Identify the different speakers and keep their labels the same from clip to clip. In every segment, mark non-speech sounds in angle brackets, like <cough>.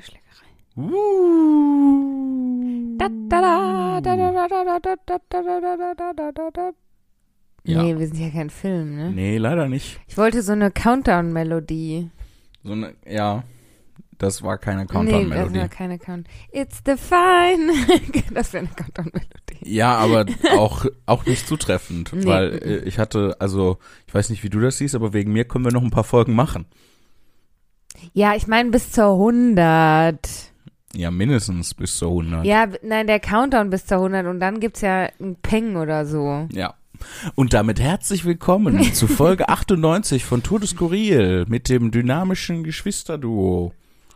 Speaker 1: Schlägerei.
Speaker 2: Uh.
Speaker 1: Da, da, da, da, da, da, da, da, da, da, da, da, da, da, da, da, da.
Speaker 2: Ja.
Speaker 1: Nee, wir sind ja kein Film, ne?
Speaker 2: Nee, leider nicht.
Speaker 1: Ich wollte so eine Countdown-Melodie.
Speaker 2: So eine, ja, das war keine
Speaker 1: Nee, das war
Speaker 2: Countdown-Melodie.
Speaker 1: keine Countdown. It's the fine. <laughs> das wäre eine Countdown-Melodie.
Speaker 2: ja, aber auch, auch nicht zutreffend,
Speaker 1: Nee.
Speaker 2: weil äh, ich hatte, also, ich weiß nicht, wie du das siehst, aber wegen mir können wir noch ein paar Folgen machen.
Speaker 1: Ja, ich meine bis zur 100.
Speaker 2: Ja, mindestens bis zur 100.
Speaker 1: Ja, b- nein, der Countdown bis zur 100 und dann gibt's ja ein Peng oder so.
Speaker 2: Ja. Und damit
Speaker 1: <laughs>
Speaker 2: herzlich willkommen zu Folge 98 von Tour de Skurril mit dem dynamischen Geschwisterduo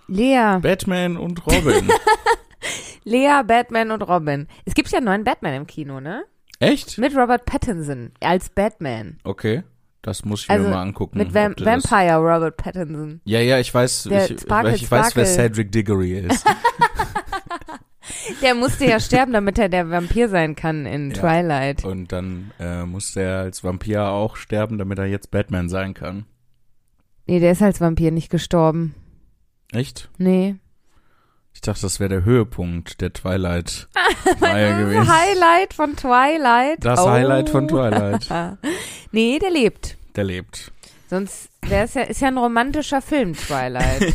Speaker 1: Lea,
Speaker 2: Batman und
Speaker 1: <laughs>
Speaker 2: Robin.
Speaker 1: Lea, Batman und Robin. Es gibt ja einen neuen Batman im Kino, ne?
Speaker 2: Echt?
Speaker 1: Mit Robert Pattinson als Batman.
Speaker 2: Okay, das muss ich
Speaker 1: Also,
Speaker 2: mir mal angucken.
Speaker 1: Mit Vam
Speaker 2: ob du das-
Speaker 1: Vampire Robert Pattinson.
Speaker 2: Ja, ja, ich weiß,
Speaker 1: Der
Speaker 2: ich, ich,
Speaker 1: Sparkle,
Speaker 2: weiß- ich weiß, wer
Speaker 1: Sparkle.
Speaker 2: Cedric Diggory
Speaker 1: <laughs>
Speaker 2: ist.
Speaker 1: Der musste ja sterben, damit er der Vampir sein kann in
Speaker 2: Ja.
Speaker 1: Twilight.
Speaker 2: Und dann äh, muss er als Vampir auch sterben, damit er jetzt Batman sein kann.
Speaker 1: Nee, der ist als Vampir nicht gestorben.
Speaker 2: Echt?
Speaker 1: Nee.
Speaker 2: Ich dachte, das wäre der Höhepunkt der Twilight-Reihe
Speaker 1: <laughs> Das
Speaker 2: gewesen.
Speaker 1: Highlight von Twilight.
Speaker 2: Das
Speaker 1: Oh.
Speaker 2: Highlight von Twilight.
Speaker 1: Nee, der lebt.
Speaker 2: Der
Speaker 1: <laughs>
Speaker 2: lebt.
Speaker 1: Sonst wäre ja, ist ja ein romantischer Film,
Speaker 2: <laughs>
Speaker 1: Twilight.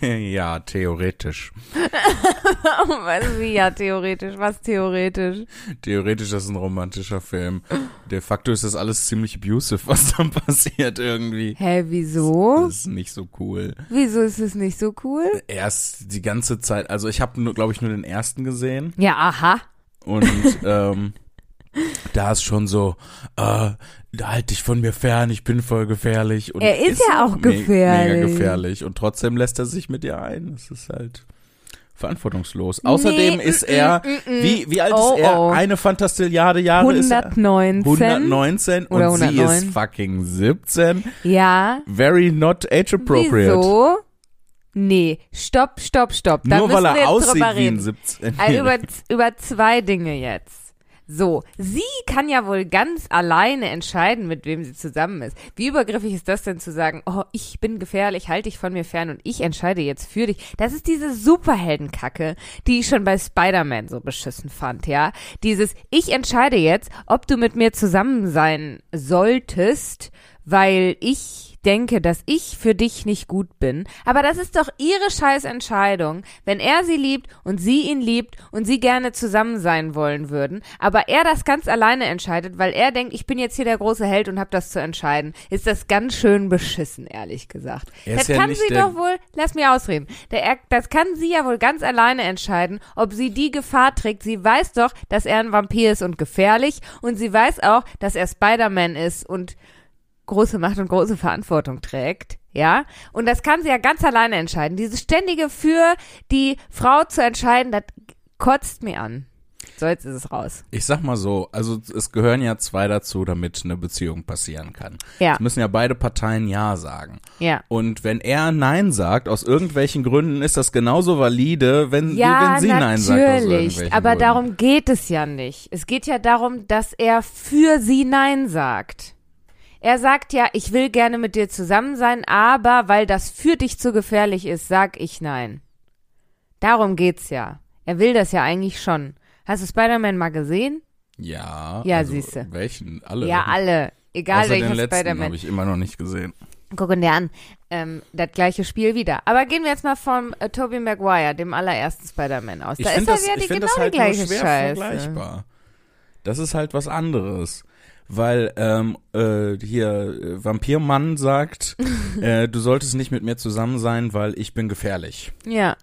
Speaker 2: ja, theoretisch.
Speaker 1: Was, Wie Oh, ja, theoretisch. Was theoretisch?
Speaker 2: Theoretisch ist es ein romantischer Film. De facto ist das alles ziemlich abusive, was dann <laughs> passiert irgendwie.
Speaker 1: Hä, wieso?
Speaker 2: Das ist nicht so cool.
Speaker 1: Wieso ist es nicht so cool?
Speaker 2: Erst die ganze Zeit, also ich habe nur, glaube ich, nur den ersten gesehen.
Speaker 1: Ja, aha. <laughs>
Speaker 2: Und ähm, da ist schon so, äh, halt dich von mir fern, ich bin voll gefährlich. Und
Speaker 1: Er ist ja auch
Speaker 2: me- Mega
Speaker 1: gefährlich.
Speaker 2: gefährlich. Und trotzdem lässt er sich mit ihr ein. Das ist halt verantwortungslos. Außerdem
Speaker 1: Nee,
Speaker 2: ist
Speaker 1: mm,
Speaker 2: er,
Speaker 1: mm, mm, mm.
Speaker 2: wie, wie alt
Speaker 1: Oh,
Speaker 2: ist er?
Speaker 1: oh.
Speaker 2: Eine Fantastilliarde Jahre ist er.
Speaker 1: 119.
Speaker 2: 119 und
Speaker 1: Oder
Speaker 2: sie
Speaker 1: 109.
Speaker 2: ist fucking 17.
Speaker 1: Ja.
Speaker 2: Very not age appropriate.
Speaker 1: Wieso? Nee, stopp, stopp, stopp. Da
Speaker 2: Nur
Speaker 1: müssen
Speaker 2: weil
Speaker 1: wir jetzt
Speaker 2: er aussieht
Speaker 1: drüber
Speaker 2: wie ein
Speaker 1: reden.
Speaker 2: <laughs> 17.
Speaker 1: Also über, z- über zwei Dinge jetzt. So, sie kann ja wohl ganz alleine entscheiden, mit wem sie zusammen ist. Wie übergriffig ist das denn zu sagen, oh, ich bin gefährlich, halte dich von mir fern und ich entscheide jetzt für dich. Das ist diese Superheldenkacke, die ich schon bei Spider-Man so beschissen fand, ja. Dieses, ich entscheide jetzt, ob du mit mir zusammen sein solltest, weil ich denke, dass ich für dich nicht gut bin. Aber das ist doch ihre scheiß Entscheidung, wenn er sie liebt und sie ihn liebt und sie gerne zusammen sein wollen würden. Aber er das ganz alleine entscheidet, weil er denkt, ich bin jetzt hier der große Held und habe das zu entscheiden. Ist das ganz schön beschissen, ehrlich gesagt.
Speaker 2: Er
Speaker 1: das
Speaker 2: ist ja
Speaker 1: kann
Speaker 2: nicht
Speaker 1: sie
Speaker 2: der-
Speaker 1: doch wohl, lass mir ausreden. Der, er, das kann sie ja wohl ganz alleine entscheiden, ob sie die Gefahr trägt. Sie weiß doch, dass er ein Vampir ist und gefährlich und sie weiß auch, dass er Spider-Man ist und große Macht und große Verantwortung trägt. Ja, und das kann sie ja ganz alleine entscheiden. Dieses ständige für die Frau zu entscheiden, das kotzt mir an. So, jetzt ist es raus.
Speaker 2: Ich sag mal so, also es gehören ja zwei dazu, damit eine Beziehung passieren kann.
Speaker 1: Ja.
Speaker 2: Es müssen ja beide Parteien Ja sagen.
Speaker 1: Ja.
Speaker 2: Und wenn er Nein sagt, aus irgendwelchen Gründen, ist das genauso valide, wenn, wie
Speaker 1: Ja,
Speaker 2: wenn sie Nein sagt. Aus
Speaker 1: natürlich.
Speaker 2: irgendwelchen
Speaker 1: Aber
Speaker 2: Gründen.
Speaker 1: darum geht es ja nicht. Es geht ja darum, dass er für sie Nein sagt. Er sagt ja, ich will gerne mit dir zusammen sein, aber weil das für dich zu gefährlich ist, sag ich Nein. Darum geht's ja. Er will das ja eigentlich schon. Hast du Spider-Man mal gesehen?
Speaker 2: Ja.
Speaker 1: Ja,
Speaker 2: also
Speaker 1: siehste.
Speaker 2: Welchen? Alle.
Speaker 1: Ja, alle. Egal
Speaker 2: Außer den
Speaker 1: welcher
Speaker 2: letzten habe
Speaker 1: Spider-Man.
Speaker 2: ich immer noch nicht gesehen.
Speaker 1: Gucken dir an. Ähm, das gleiche Spiel wieder. Aber gehen wir jetzt mal vom äh, Tobey Maguire, dem allerersten Spider-Man, aus.
Speaker 2: Ich
Speaker 1: da ist
Speaker 2: finde das,
Speaker 1: ja wieder
Speaker 2: ich
Speaker 1: die,
Speaker 2: find
Speaker 1: genau
Speaker 2: das halt
Speaker 1: die
Speaker 2: nur
Speaker 1: gleiche
Speaker 2: schwer
Speaker 1: Scheiße.
Speaker 2: vergleichbar. Das ist halt was anderes. Weil ähm, äh, hier äh,
Speaker 1: <laughs>
Speaker 2: Vampirmann sagt, äh, du solltest nicht mit mir zusammen sein, weil ich bin gefährlich.
Speaker 1: Ja.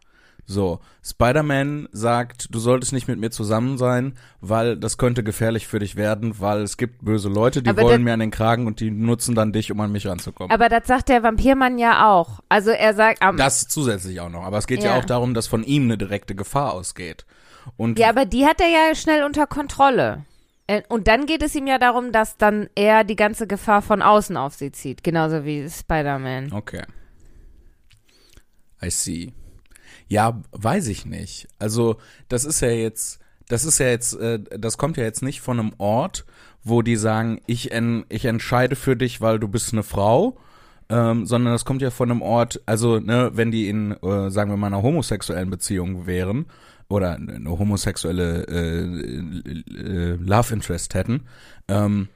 Speaker 2: So, Spider-Man sagt, du solltest nicht mit mir zusammen sein, weil das könnte gefährlich für dich werden, weil es gibt böse Leute, die
Speaker 1: Aber
Speaker 2: wollen
Speaker 1: das-
Speaker 2: mir an den Kragen und die nutzen dann dich, um an mich ranzukommen.
Speaker 1: Aber das sagt der Vampirmann ja auch. Also er sagt, am-
Speaker 2: das zusätzlich auch noch. Aber es geht ja.
Speaker 1: Ja.
Speaker 2: auch darum, dass von ihm eine direkte Gefahr ausgeht. Und
Speaker 1: ja, aber die hat er ja schnell unter Kontrolle. Äh, Und dann geht es ihm ja darum, dass dann er die ganze Gefahr von außen auf sie zieht. Genauso wie Spider-Man.
Speaker 2: okay. I see. Ja, weiß ich nicht. Also, das ist ja jetzt, das ist ja jetzt, äh, das kommt ja jetzt nicht von einem Ort, wo die sagen, ich, en, ich entscheide für dich, weil du bist eine Frau. ähm, sondern das kommt ja von einem Ort, also ne, wenn die in, äh, sagen wir mal, einer homosexuellen Beziehung wären oder eine homosexuelle äh, äh, Love Interest hätten, ähm,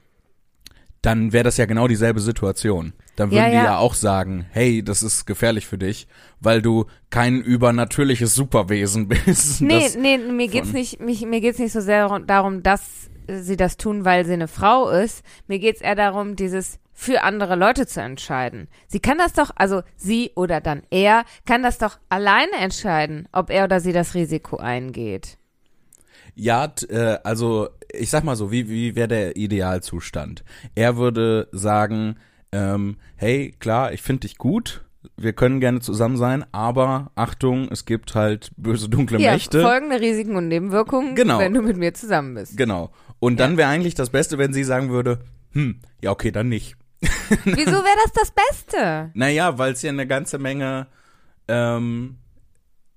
Speaker 2: dann wäre das ja genau dieselbe Situation. Dann würden
Speaker 1: Ja,
Speaker 2: die
Speaker 1: ja.
Speaker 2: ja auch sagen, hey, das ist gefährlich für dich, weil du kein übernatürliches Superwesen <laughs> bist.
Speaker 1: Nee,
Speaker 2: das,
Speaker 1: nee, mir geht's
Speaker 2: von-
Speaker 1: nicht, mich, mir geht's nicht so sehr dar- darum, dass äh, sie das tun, weil sie eine Frau ist. Mir geht's eher darum, dieses für andere Leute zu entscheiden. Sie kann das doch, also sie oder dann er, kann das doch alleine entscheiden, ob er oder sie das Risiko eingeht.
Speaker 2: Ja, t- äh, also ich sag mal so, wie, wie wäre der Idealzustand? Er würde sagen, ähm, hey, klar, ich finde dich gut, wir können gerne zusammen sein, aber Achtung, es gibt halt böse, dunkle
Speaker 1: Hier,
Speaker 2: Mächte.
Speaker 1: folgende Risiken und Nebenwirkungen,
Speaker 2: Genau.
Speaker 1: wenn du mit mir zusammen
Speaker 2: <laughs>
Speaker 1: bist.
Speaker 2: Genau. Und dann wäre eigentlich das Beste, wenn sie sagen würde, hm, ja, okay, dann nicht.
Speaker 1: Wieso wäre das das Beste?
Speaker 2: Naja, weil es ja eine ganze Menge ähm,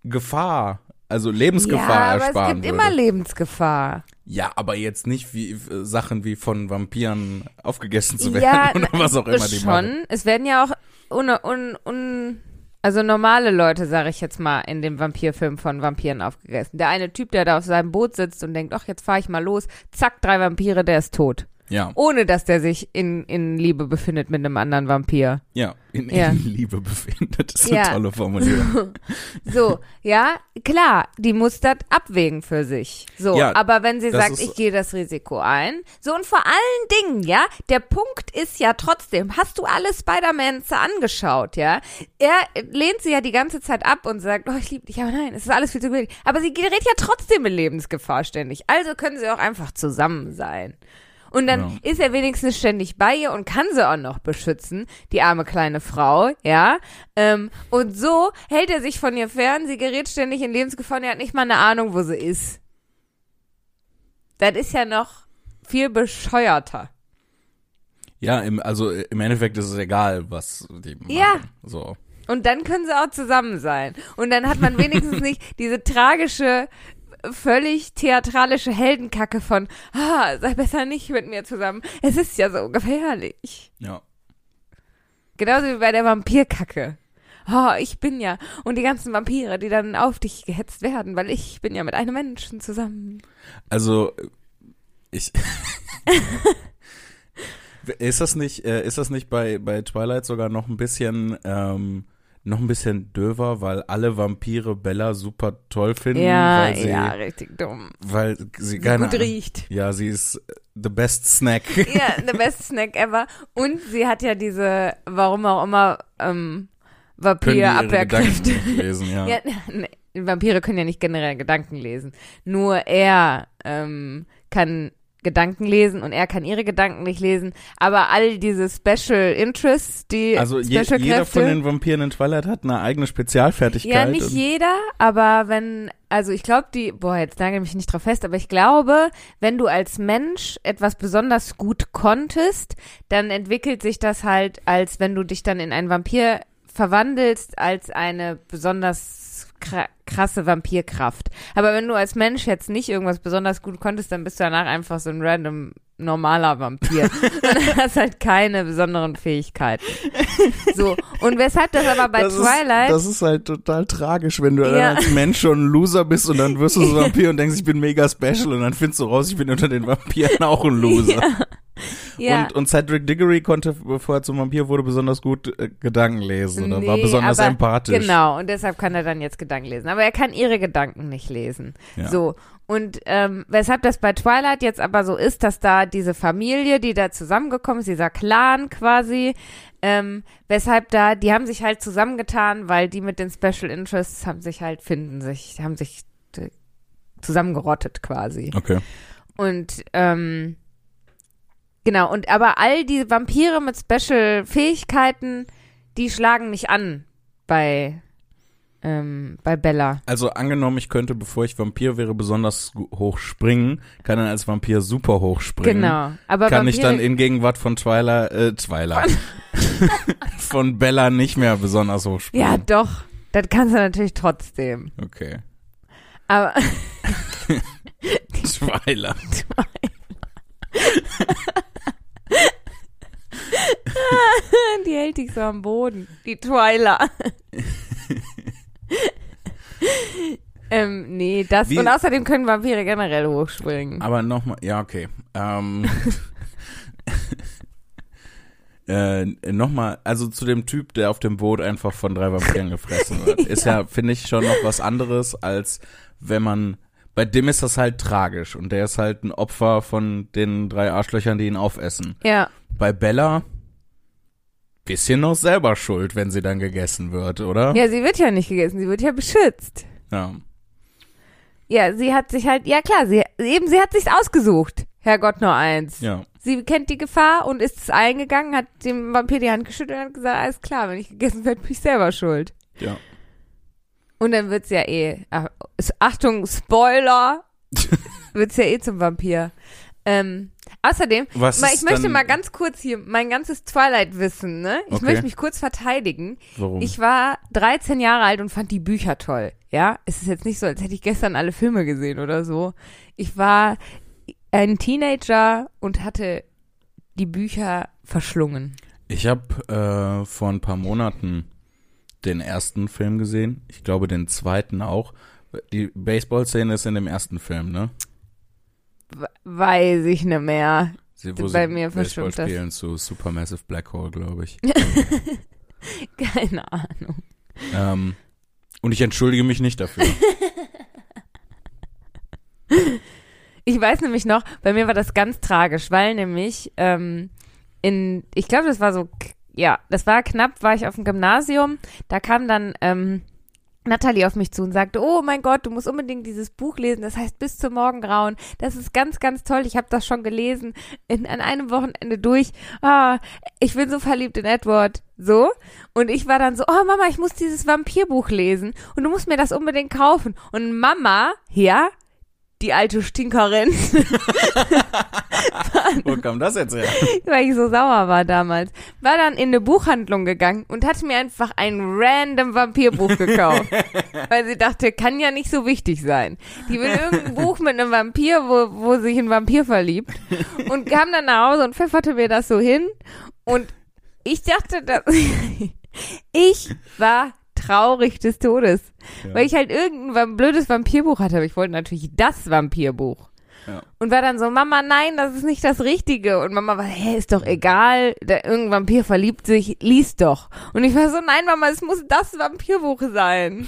Speaker 2: Gefahr, also Lebensgefahr
Speaker 1: ja, aber
Speaker 2: ersparen
Speaker 1: es gibt
Speaker 2: würde.
Speaker 1: immer Lebensgefahr.
Speaker 2: Ja, aber jetzt nicht wie äh, Sachen wie von Vampiren aufgegessen zu werden <laughs>
Speaker 1: Ja,
Speaker 2: oder
Speaker 1: na,
Speaker 2: was auch immer die
Speaker 1: schon.
Speaker 2: machen.
Speaker 1: Es werden ja auch un, un, un, also normale Leute, sage ich jetzt mal, in dem Vampirfilm von Vampiren aufgegessen. Der eine Typ, der da auf seinem Boot sitzt und denkt, ach, jetzt fahre ich mal los, zack, drei Vampire, der ist tot.
Speaker 2: Ja,
Speaker 1: Ohne dass der sich in, in Liebe befindet mit einem anderen Vampir.
Speaker 2: ja. In,
Speaker 1: Ja.
Speaker 2: in <laughs> Liebe befindet. Das ist
Speaker 1: Ja.
Speaker 2: eine tolle Formulierung.
Speaker 1: <laughs> So, ja, klar, die muss das abwägen für sich. So,
Speaker 2: Ja,
Speaker 1: aber wenn sie
Speaker 2: das
Speaker 1: sagt,
Speaker 2: ist-
Speaker 1: ich gehe das Risiko ein, so und vor allen Dingen, ja, der Punkt ist ja trotzdem, hast du alle Spider-Mans angeschaut, ja? Er lehnt sie ja die ganze Zeit ab und sagt, oh, ich liebe dich, aber nein, es ist alles viel zu wild. Aber sie gerät ja trotzdem in Lebensgefahr ständig. Also können sie auch einfach zusammen sein. Und dann
Speaker 2: Genau.
Speaker 1: ist er wenigstens ständig bei ihr und kann sie auch noch beschützen, die arme kleine Frau, ja. Ähm, und so hält er sich von ihr fern, sie gerät ständig in Lebensgefahr und er hat nicht mal eine Ahnung, wo sie ist. Das ist ja noch viel bescheuerter.
Speaker 2: Ja, im, also äh, im Endeffekt ist es egal, was die machen.
Speaker 1: Ja.
Speaker 2: So.
Speaker 1: Und dann können sie auch zusammen sein. Und dann hat man wenigstens nicht diese tragische, völlig theatralische Heldenkacke von, ah, sei besser nicht mit mir zusammen. Es ist ja so gefährlich.
Speaker 2: Ja.
Speaker 1: Genauso wie bei der Vampirkacke. Oh, ich bin ja. Und die ganzen Vampire, die dann auf dich gehetzt werden, weil ich bin ja mit einem Menschen zusammen.
Speaker 2: Also äh, ich. <laughs> ist das nicht, äh, ist das nicht bei, bei Twilight sogar noch ein bisschen, ähm, noch ein bisschen döver, weil alle Vampire Bella super toll finden,
Speaker 1: ja,
Speaker 2: weil sie,
Speaker 1: ja, richtig dumm.
Speaker 2: weil sie
Speaker 1: Sie
Speaker 2: keine
Speaker 1: gut
Speaker 2: Ahnung-
Speaker 1: riecht.
Speaker 2: Ja, sie ist the
Speaker 1: <laughs>
Speaker 2: best snack.
Speaker 1: Ja, the best Snack ever. Und sie hat ja diese, warum auch immer, ähm,
Speaker 2: <laughs> Können die ihre
Speaker 1: Vampir-Abwehrkräfte.
Speaker 2: Gedanken nicht lesen, ja.
Speaker 1: Ja, <laughs> ne, Vampire können ja nicht generell Gedanken lesen. Nur er ähm, kann Gedanken lesen und er kann ihre Gedanken nicht lesen. Aber all diese Special Interests, die
Speaker 2: Also je,
Speaker 1: Special
Speaker 2: jeder
Speaker 1: Kräfte,
Speaker 2: von den Vampiren in Twilight hat eine eigene Spezialfertigkeit.
Speaker 1: ja nicht
Speaker 2: und-
Speaker 1: jeder, aber wenn also ich glaube die, boah jetzt nagel mich nicht drauf fest, aber ich glaube, wenn du als Mensch etwas besonders gut konntest, dann entwickelt sich das halt als wenn du dich dann in einen Vampir verwandelst als eine besonders kra- krasse Vampirkraft. Aber wenn du als Mensch jetzt nicht irgendwas besonders gut konntest, dann bist du danach einfach so ein random normaler
Speaker 2: <laughs>
Speaker 1: Vampir. und hast halt keine besonderen Fähigkeiten. So. Und weshalb das aber bei
Speaker 2: das
Speaker 1: Twilight.
Speaker 2: Ist, das ist halt total tragisch, wenn du dann
Speaker 1: Ja.
Speaker 2: als Mensch schon ein Loser bist und dann wirst du
Speaker 1: <laughs>
Speaker 2: so ein Vampir und denkst, ich bin mega special und dann findest du raus, ich bin unter
Speaker 1: <laughs>
Speaker 2: den Vampiren auch ein Loser. <laughs>
Speaker 1: ja.
Speaker 2: Und, und Cedric Diggory konnte, bevor er zum Vampir wurde, besonders gut äh, Gedanken lesen oder war
Speaker 1: Nee,
Speaker 2: besonders
Speaker 1: aber-
Speaker 2: empathisch.
Speaker 1: Genau, und deshalb kann er dann jetzt Gedanken lesen. Aber er kann ihre Gedanken nicht lesen.
Speaker 2: Ja.
Speaker 1: So. Und ähm, weshalb das bei Twilight jetzt aber so ist, dass da diese Familie, die da zusammengekommen ist, dieser Clan quasi, ähm, weshalb da, die haben sich halt zusammengetan, weil die mit den Special Interests haben sich halt, finden sich, haben sich äh, zusammengerottet quasi.
Speaker 2: Okay.
Speaker 1: Und ähm, genau, und aber all diese Vampire mit Special Fähigkeiten, die schlagen nicht an bei, ähm, bei Bella.
Speaker 2: Also angenommen, ich könnte, bevor ich Vampir wäre, besonders gu- hoch springen, kann dann als Vampir super hoch springen.
Speaker 1: Genau. Aber
Speaker 2: Mhm. kann
Speaker 1: Vampire,
Speaker 2: ich dann in Gegenwart von Twyla, äh, Twyla, <laughs> von Bella nicht mehr besonders hoch
Speaker 1: Ja,
Speaker 2: springen.
Speaker 1: doch. Das kannst du natürlich trotzdem.
Speaker 2: Ja. Okay. <laughs>
Speaker 1: Aber
Speaker 2: Twyla.
Speaker 1: Die hält dich so am Boden. Die
Speaker 2: <laughs>
Speaker 1: Twyla. ähm, nee, das.
Speaker 2: Wie-
Speaker 1: Und außerdem können Vampire generell hochspringen.
Speaker 2: Aber nochmal, ja, okay.
Speaker 1: <laughs>
Speaker 2: Ähm, äh, nochmal, also zu dem Typ, der auf dem Boot einfach von drei Vampiren gefressen
Speaker 1: <laughs>
Speaker 2: wird. Ist ja, finde ich, schon noch was anderes, als wenn man. Bei dem ist das halt tragisch und der ist halt ein Opfer von den drei Arschlöchern, die ihn aufessen.
Speaker 1: Ja.
Speaker 2: Bei Bella. Bisschen noch selber schuld, wenn sie dann gegessen wird, oder?
Speaker 1: Ja, sie wird ja nicht gegessen, sie wird ja beschützt.
Speaker 2: Ja.
Speaker 1: Ja, sie hat sich halt, ja klar, sie, eben, sie hat sich's ausgesucht. Herrgott nur eins.
Speaker 2: Ja.
Speaker 1: Sie kennt die Gefahr und ist es eingegangen, hat dem Vampir die Hand geschüttelt und hat gesagt, alles klar, wenn ich gegessen werde, bin ich selber schuld.
Speaker 2: Ja.
Speaker 1: Und dann wird's ja eh, ach, S- Achtung, Spoiler,
Speaker 2: <laughs>
Speaker 1: wird's ja eh zum Vampir. Ähm, außerdem,
Speaker 2: Was
Speaker 1: mal,
Speaker 2: ist
Speaker 1: ich möchte
Speaker 2: dann,
Speaker 1: mal ganz kurz hier mein ganzes Twilight-Wissen, ne? Ich
Speaker 2: Okay.
Speaker 1: möchte mich kurz verteidigen.
Speaker 2: Warum?
Speaker 1: Ich war 13 Jahre alt und fand die Bücher toll. Ja, es ist jetzt nicht so, als hätte ich gestern alle Filme gesehen oder so. Ich war ein Teenager und hatte die Bücher verschlungen.
Speaker 2: Ich habe äh, vor ein paar Monaten den ersten Film gesehen. Ich glaube, den zweiten auch. Die Baseball-Szene ist in dem ersten Film, ne?
Speaker 1: We- Weiß ich nicht mehr. <laughs>
Speaker 2: Sie, wo
Speaker 1: Bei
Speaker 2: sie
Speaker 1: mir
Speaker 2: Baseball
Speaker 1: verschwimmt das.
Speaker 2: spielen zu Supermassive Black Hole,
Speaker 1: <laughs>
Speaker 2: glaube ich.
Speaker 1: Keine Ahnung.
Speaker 2: ähm, und ich entschuldige mich
Speaker 1: <laughs>
Speaker 2: nicht dafür.
Speaker 1: Ich weiß nämlich noch, bei mir war das ganz tragisch, weil nämlich ähm, in, ich glaube, das war so, k- ja, das war knapp, war ich auf dem Gymnasium, da kam dann ähm, Natalie auf mich zu und sagte, oh mein Gott, du musst unbedingt dieses Buch lesen, das heißt bis zum Morgengrauen, das ist ganz, ganz toll, ich habe das schon gelesen, in, an einem Wochenende durch, ah, ich bin so verliebt in Edward, so. Und ich war dann so, oh Mama, ich muss dieses Vampirbuch lesen und du musst mir das unbedingt kaufen. Und Mama, ja, die alte Stinkerin, <laughs>
Speaker 2: wo kam das jetzt her?
Speaker 1: weil ich so sauer war damals, war dann in eine Buchhandlung gegangen und hatte mir einfach ein random Vampirbuch gekauft, weil sie dachte, kann ja nicht so wichtig sein. Die will irgendein Buch mit einem Vampir, wo, wo sich ein Vampir verliebt und kam dann nach Hause und pfefferte mir das so hin und ich dachte, dass <laughs> ich war traurig des Todes,
Speaker 2: Ja.
Speaker 1: <laughs> weil ich halt irgendein vam- blödes Vampirbuch hatte, aber ich wollte natürlich das Vampirbuch.
Speaker 2: Ja.
Speaker 1: Und war dann so, Mama, nein, das ist nicht das Richtige. Und Mama war, hä, ist doch egal, da irgendein Vampir verliebt sich, lies doch. Und ich war so, nein, Mama, es muss das Vampirbuch sein.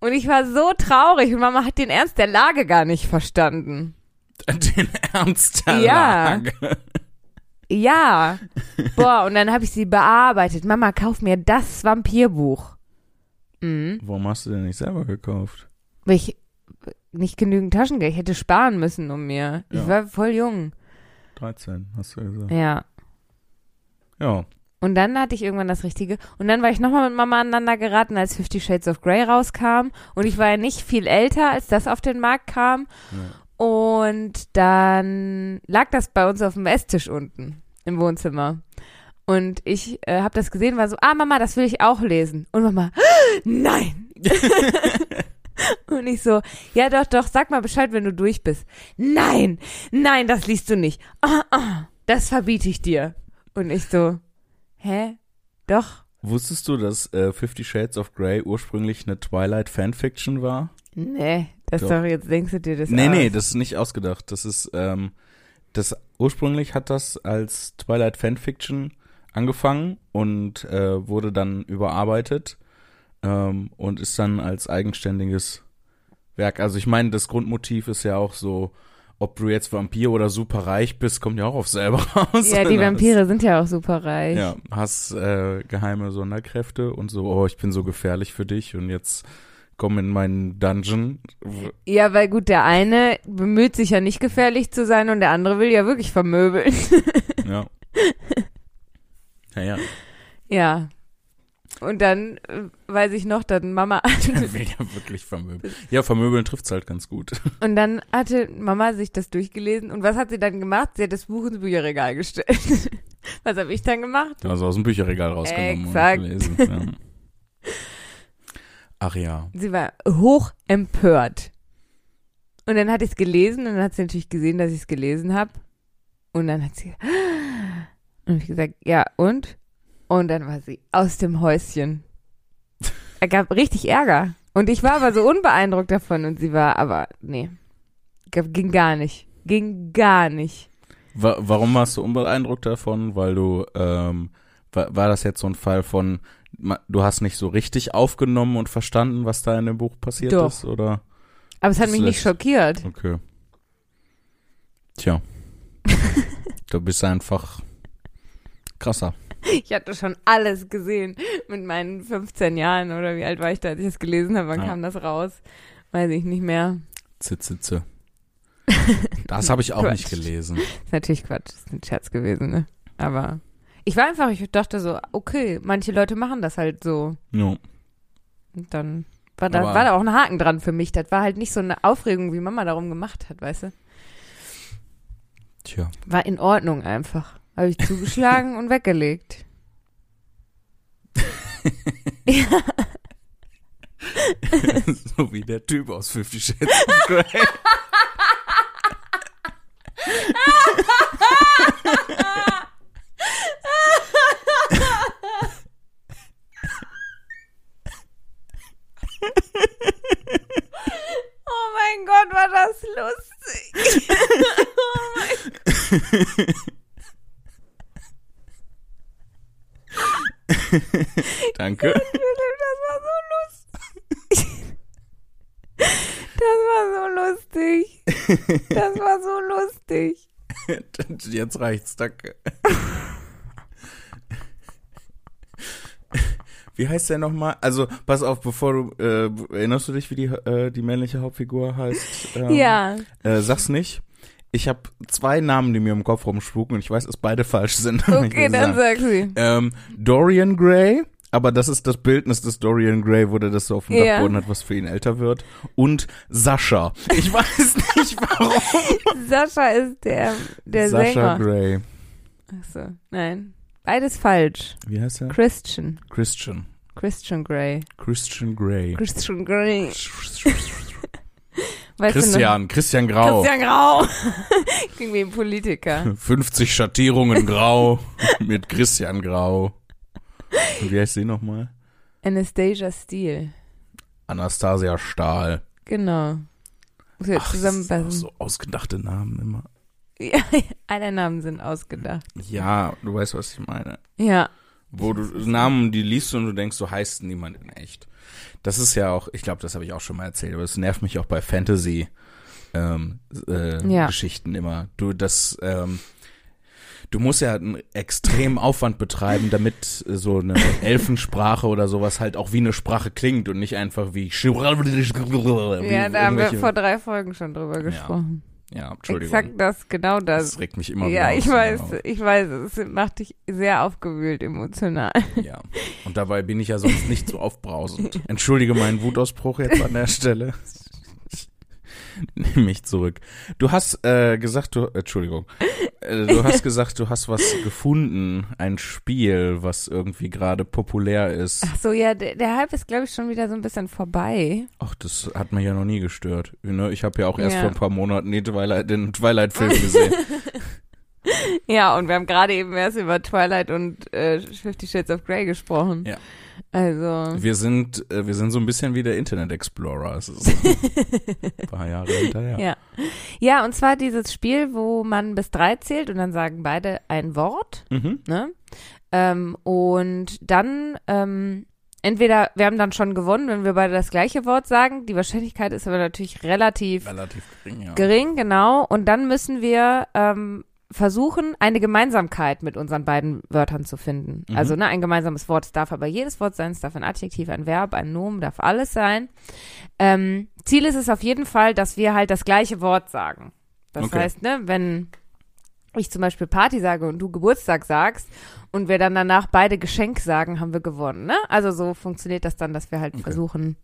Speaker 1: Und ich war so traurig und Mama hat den Ernst der Lage gar nicht verstanden.
Speaker 2: Den Ernst der
Speaker 1: Ja.
Speaker 2: Lage.
Speaker 1: Ja. Boah, und dann habe ich sie bearbeitet. Mama, kauf mir das Vampirbuch. Mhm.
Speaker 2: <laughs> Warum hast du den nicht selber gekauft?
Speaker 1: Weil ich nicht genügend Taschengeld, ich hätte sparen müssen um mir. Ich
Speaker 2: Ja.
Speaker 1: war voll jung.
Speaker 2: 13, hast du gesagt.
Speaker 1: Ja.
Speaker 2: Ja.
Speaker 1: Und dann hatte ich irgendwann das Richtige. Und dann war ich nochmal mit Mama aneinander geraten, als Fifty Shades of Grey rauskam. Und ich war ja nicht viel älter, als das auf den Markt kam. Und dann lag das bei uns auf dem Esstisch unten im Wohnzimmer. Und ich äh, habe das gesehen, war so, ah Mama, das will ich auch lesen. Und Mama, <gasps> nein. Und ich so, ja doch, doch, sag mal Bescheid, wenn du durch bist. Nein, nein, das liest du nicht. Ah, ah, das verbiete ich dir. Und ich so, hä? Doch?
Speaker 2: Wusstest du, dass äh, Fifty Shades of Grey ursprünglich eine Twilight Fanfiction war?
Speaker 1: Nee, das
Speaker 2: Doch.
Speaker 1: doch. doch jetzt denkst du dir das
Speaker 2: Nee,
Speaker 1: aus.
Speaker 2: nee, das ist nicht ausgedacht. Das ist, ähm, das ursprünglich hat das als Twilight Fanfiction angefangen und äh, wurde dann überarbeitet ähm, und ist dann als eigenständiges Werk. Also ich meine, das Grundmotiv ist ja auch so, ob du jetzt Vampir oder superreich bist, kommt ja auch auf selber <laughs> raus.
Speaker 1: Ja, die Vampire sind ja auch super reich.
Speaker 2: genau Ja, hast äh, geheime Sonderkräfte und so, oh, ich bin so gefährlich für dich und jetzt komm in meinen Dungeon.
Speaker 1: Ja, weil gut, der eine bemüht sich ja nicht gefährlich zu sein und der andere will ja wirklich vermöbeln. <laughs>
Speaker 2: Ja. <laughs> Naja,
Speaker 1: ja. Und dann äh, weiß ich noch, dann Mama <laughs>
Speaker 2: der will ja wirklich vermöbeln. Ja, vermöbeln trifft's halt ganz gut.
Speaker 1: und dann hatte Mama sich das durchgelesen und was hat sie dann gemacht? Sie hat das Buch ins Bücherregal gestellt. <laughs> was habe ich dann gemacht?
Speaker 2: Also aus dem Bücherregal rausgenommen
Speaker 1: Exakt.
Speaker 2: und gelesen. Ja. Ach ja.
Speaker 1: Sie war hoch empört. Und dann hatte ich es gelesen und dann hat sie natürlich gesehen, dass ich es gelesen habe. Und dann hat sie, <gasps> Und hab ich gesagt, ja, und? Und dann war sie aus dem Häuschen. Er gab richtig Ärger. Und ich war aber so unbeeindruckt davon und sie war, aber nee, Gab- ging gar nicht. Ging gar nicht.
Speaker 2: Wa warum warst du unbeeindruckt davon? Weil du, ähm, wa war das jetzt so ein Fall von, ma- du hast nicht so richtig aufgenommen und verstanden, was da in dem Buch passiert
Speaker 1: Doch.
Speaker 2: ist? Oder?
Speaker 1: Aber es hat
Speaker 2: Das
Speaker 1: mich nicht
Speaker 2: lässt-
Speaker 1: schockiert.
Speaker 2: Okay. Tja. <laughs> du bist einfach krasser.
Speaker 1: Ich hatte schon alles gesehen mit meinen 15 Jahren oder wie alt war ich da, als ich das gelesen habe. Wann
Speaker 2: Ja.
Speaker 1: kam das raus? Weiß ich nicht mehr.
Speaker 2: Zitzitze.
Speaker 1: <laughs>
Speaker 2: Das habe ich auch nicht
Speaker 1: Quatsch.
Speaker 2: gelesen.
Speaker 1: Ist natürlich Quatsch, ist ein Scherz gewesen, ne? Aber ich war einfach, ich dachte so, okay, manche Leute machen das halt so.
Speaker 2: No.
Speaker 1: Und dann war da,
Speaker 2: Aber-
Speaker 1: war da auch ein Haken dran für mich. Das war halt nicht so eine Aufregung, wie Mama darum gemacht hat, weißt du?
Speaker 2: Tja.
Speaker 1: War in Ordnung einfach. Habe ich zugeschlagen und weggelegt. ja,
Speaker 2: <laughs> so wie der Typ aus Fifty Shades of Grey.
Speaker 1: Oh mein Gott, war das lustig. oh mein Gott.
Speaker 2: Danke.
Speaker 1: Oh
Speaker 2: <laughs>
Speaker 1: Philipp, das war so lustig. Das war so lustig. Das war so lustig.
Speaker 2: Jetzt reicht's, danke. <laughs> Wie heißt der nochmal? Also, pass auf, bevor du. Äh, erinnerst du dich, wie die, äh, die männliche Hauptfigur heißt? Ähm,
Speaker 1: Ja.
Speaker 2: Äh, sag's nicht. Ich habe zwei Namen, die mir im Kopf rumspuken und ich weiß, dass beide falsch sind. <laughs> aber ich
Speaker 1: Okay,
Speaker 2: will sie
Speaker 1: dann
Speaker 2: sagen.
Speaker 1: sag sie.
Speaker 2: Ähm, Dorian Gray, aber das ist das Bildnis des Dorian Gray, wo der das so auf dem
Speaker 1: Ja.
Speaker 2: Dachboden hat, was für ihn älter wird. Und Sascha. Ich weiß <laughs> nicht warum.
Speaker 1: Sascha ist der, der
Speaker 2: Sascha
Speaker 1: Sänger.
Speaker 2: Gray.
Speaker 1: Achso, nein. Beides falsch.
Speaker 2: Wie heißt er?
Speaker 1: Christian.
Speaker 2: Christian.
Speaker 1: Christian Grey.
Speaker 2: Christian Grey.
Speaker 1: Christian Grey. Weißt
Speaker 2: Christian, Christian
Speaker 1: Du noch?
Speaker 2: Grau.
Speaker 1: Christian Grau. <laughs> Klingt wie ein <laughs> Politiker.
Speaker 2: 50 Schattierungen Grau <laughs> mit Christian Grau. Und wie heißt sie nochmal?
Speaker 1: Anastasia Steele.
Speaker 2: Anastasia Stahl.
Speaker 1: Genau. Muss jetzt
Speaker 2: Ach, das
Speaker 1: zusammenpassen.
Speaker 2: sind auch so ausgedachte Namen immer.
Speaker 1: <laughs> Ja, alle Namen sind ausgedacht.
Speaker 2: Ja, du weißt, was ich meine.
Speaker 1: Ja.
Speaker 2: Wo du Namen, die liest du und du denkst, so heißt niemand in echt. Das ist ja auch, ich glaube, das habe ich auch schon mal erzählt, aber es nervt mich auch bei Fantasy ähm, äh,
Speaker 1: Ja.
Speaker 2: Geschichten immer. Du, das, ähm, du musst ja einen extremen Aufwand betreiben, damit äh, so eine Elfensprache oder sowas halt auch wie eine Sprache klingt und nicht einfach wie. wie
Speaker 1: ja, da haben wir
Speaker 2: irgendwelche-
Speaker 1: vor drei Folgen schon drüber gesprochen.
Speaker 2: ja, Entschuldigung.
Speaker 1: Exakt das, genau das.
Speaker 2: Das regt mich immer
Speaker 1: ja,
Speaker 2: wieder
Speaker 1: ich
Speaker 2: auf,
Speaker 1: weiß,
Speaker 2: genau.
Speaker 1: ich weiß, es macht dich sehr aufgewühlt emotional.
Speaker 2: Ja, und dabei bin ich ja sonst nicht so aufbrausend. Entschuldige meinen Wutausbruch jetzt an der Stelle. Nimm mich zurück. Du hast äh, gesagt, du, Entschuldigung, äh, du hast gesagt, du hast was gefunden, ein Spiel, was irgendwie gerade populär ist.
Speaker 1: Ach so, ja, der, der Hype ist, glaube ich, schon wieder so ein bisschen vorbei.
Speaker 2: Ach, das hat mich ja noch nie gestört. Ne? Ich habe ja auch erst
Speaker 1: Ja.
Speaker 2: vor ein paar Monaten den Twilight- den Twilight-Film gesehen.
Speaker 1: Ja, und wir haben gerade eben erst über Twilight und äh, Fifty Shades of Grey gesprochen.
Speaker 2: Ja.
Speaker 1: Also,
Speaker 2: Wir sind, äh, wir sind so ein bisschen wie der Internet Explorer. Es ist ein paar Jahre hinterher.
Speaker 1: Ja. <laughs> ja, und zwar dieses Spiel, wo man bis drei zählt und dann sagen beide ein Wort.
Speaker 2: Mhm.
Speaker 1: ne? Ähm, und dann ähm, entweder wir haben dann schon gewonnen, wenn wir beide das gleiche Wort sagen. Die Wahrscheinlichkeit ist aber natürlich relativ
Speaker 2: Relativ gering, ja.
Speaker 1: gering, genau. Und dann müssen wir ähm, versuchen, eine Gemeinsamkeit mit unseren beiden Wörtern zu finden.
Speaker 2: Mhm.
Speaker 1: Also ne, ein gemeinsames Wort. Es darf aber jedes Wort sein. Es darf ein Adjektiv, ein Verb, ein Nomen, darf alles sein. Ähm, Ziel ist es auf jeden Fall, dass wir halt das gleiche Wort sagen. Das
Speaker 2: Okay.
Speaker 1: heißt, ne, wenn ich zum Beispiel Party sage und du Geburtstag sagst und wir dann danach beide Geschenk sagen, haben wir gewonnen. Ne? Also so funktioniert das dann, dass wir halt
Speaker 2: Okay.
Speaker 1: versuchen,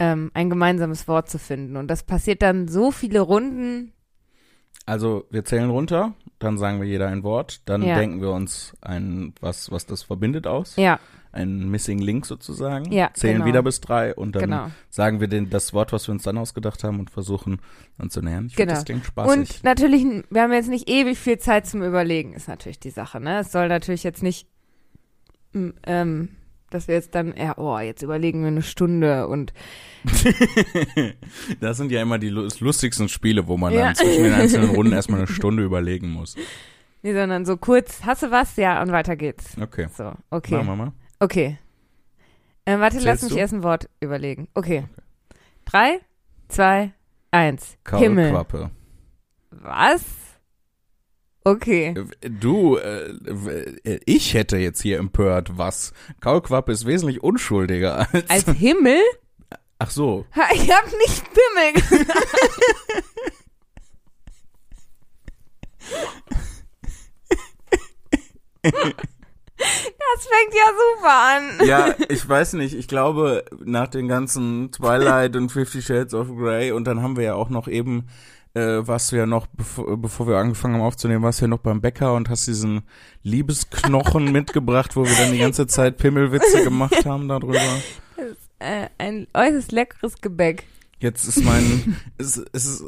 Speaker 1: ähm, ein gemeinsames Wort zu finden. Und das passiert dann so viele Runden,
Speaker 2: Also wir zählen runter, dann sagen wir jeder ein Wort, dann
Speaker 1: Ja.
Speaker 2: denken wir uns ein was, was das verbindet aus,
Speaker 1: Ja,
Speaker 2: ein Missing Link sozusagen.
Speaker 1: Ja,
Speaker 2: zählen
Speaker 1: genau.
Speaker 2: wieder bis drei und dann
Speaker 1: genau.
Speaker 2: sagen wir den, das Wort, was wir uns dann ausgedacht haben und versuchen uns zu nähern. Ich
Speaker 1: Genau.
Speaker 2: finde, das klingt spaßig.
Speaker 1: Und natürlich, wir haben jetzt nicht ewig viel Zeit zum Überlegen, ist natürlich die Sache, ne? Es soll natürlich jetzt nicht, m, ähm, dass wir jetzt dann, ja, oh, jetzt überlegen wir eine Stunde und
Speaker 2: <laughs> das sind ja immer die lu- lustigsten Spiele, wo man
Speaker 1: Ja.
Speaker 2: dann zwischen den
Speaker 1: <laughs>
Speaker 2: einzelnen Runden erstmal eine Stunde überlegen muss.
Speaker 1: nee, sondern so kurz, hast du was? Ja, und weiter geht's.
Speaker 2: Okay.
Speaker 1: So,
Speaker 2: Machen
Speaker 1: okay.
Speaker 2: wir mal.
Speaker 1: Okay. Ähm, warte, lass
Speaker 2: Zählst
Speaker 1: mich
Speaker 2: du?
Speaker 1: erst ein Wort überlegen. Okay. Drei, zwei, eins. Himmel.
Speaker 2: Kaulquappe.
Speaker 1: Was? Okay.
Speaker 2: Du, äh, w- ich hätte jetzt hier empört, was? Kaulquappe ist wesentlich unschuldiger als.
Speaker 1: Als Himmel?
Speaker 2: Ach so.
Speaker 1: Ha, Ich hab nicht Pimmel gesagt. Das fängt ja super an.
Speaker 2: Ja, ich weiß nicht. Ich glaube, nach den ganzen Twilight und Fifty Shades of Grey und dann haben wir ja auch noch eben, äh, was wir noch, bevor, bevor wir angefangen haben aufzunehmen, warst du ja noch beim Bäcker und hast diesen
Speaker 1: <laughs>
Speaker 2: Liebesknochen mitgebracht, wo wir dann die ganze Zeit Pimmelwitze gemacht haben darüber.
Speaker 1: Äh, ein äußerst leckeres Gebäck.
Speaker 2: Jetzt ist mein, es, es ist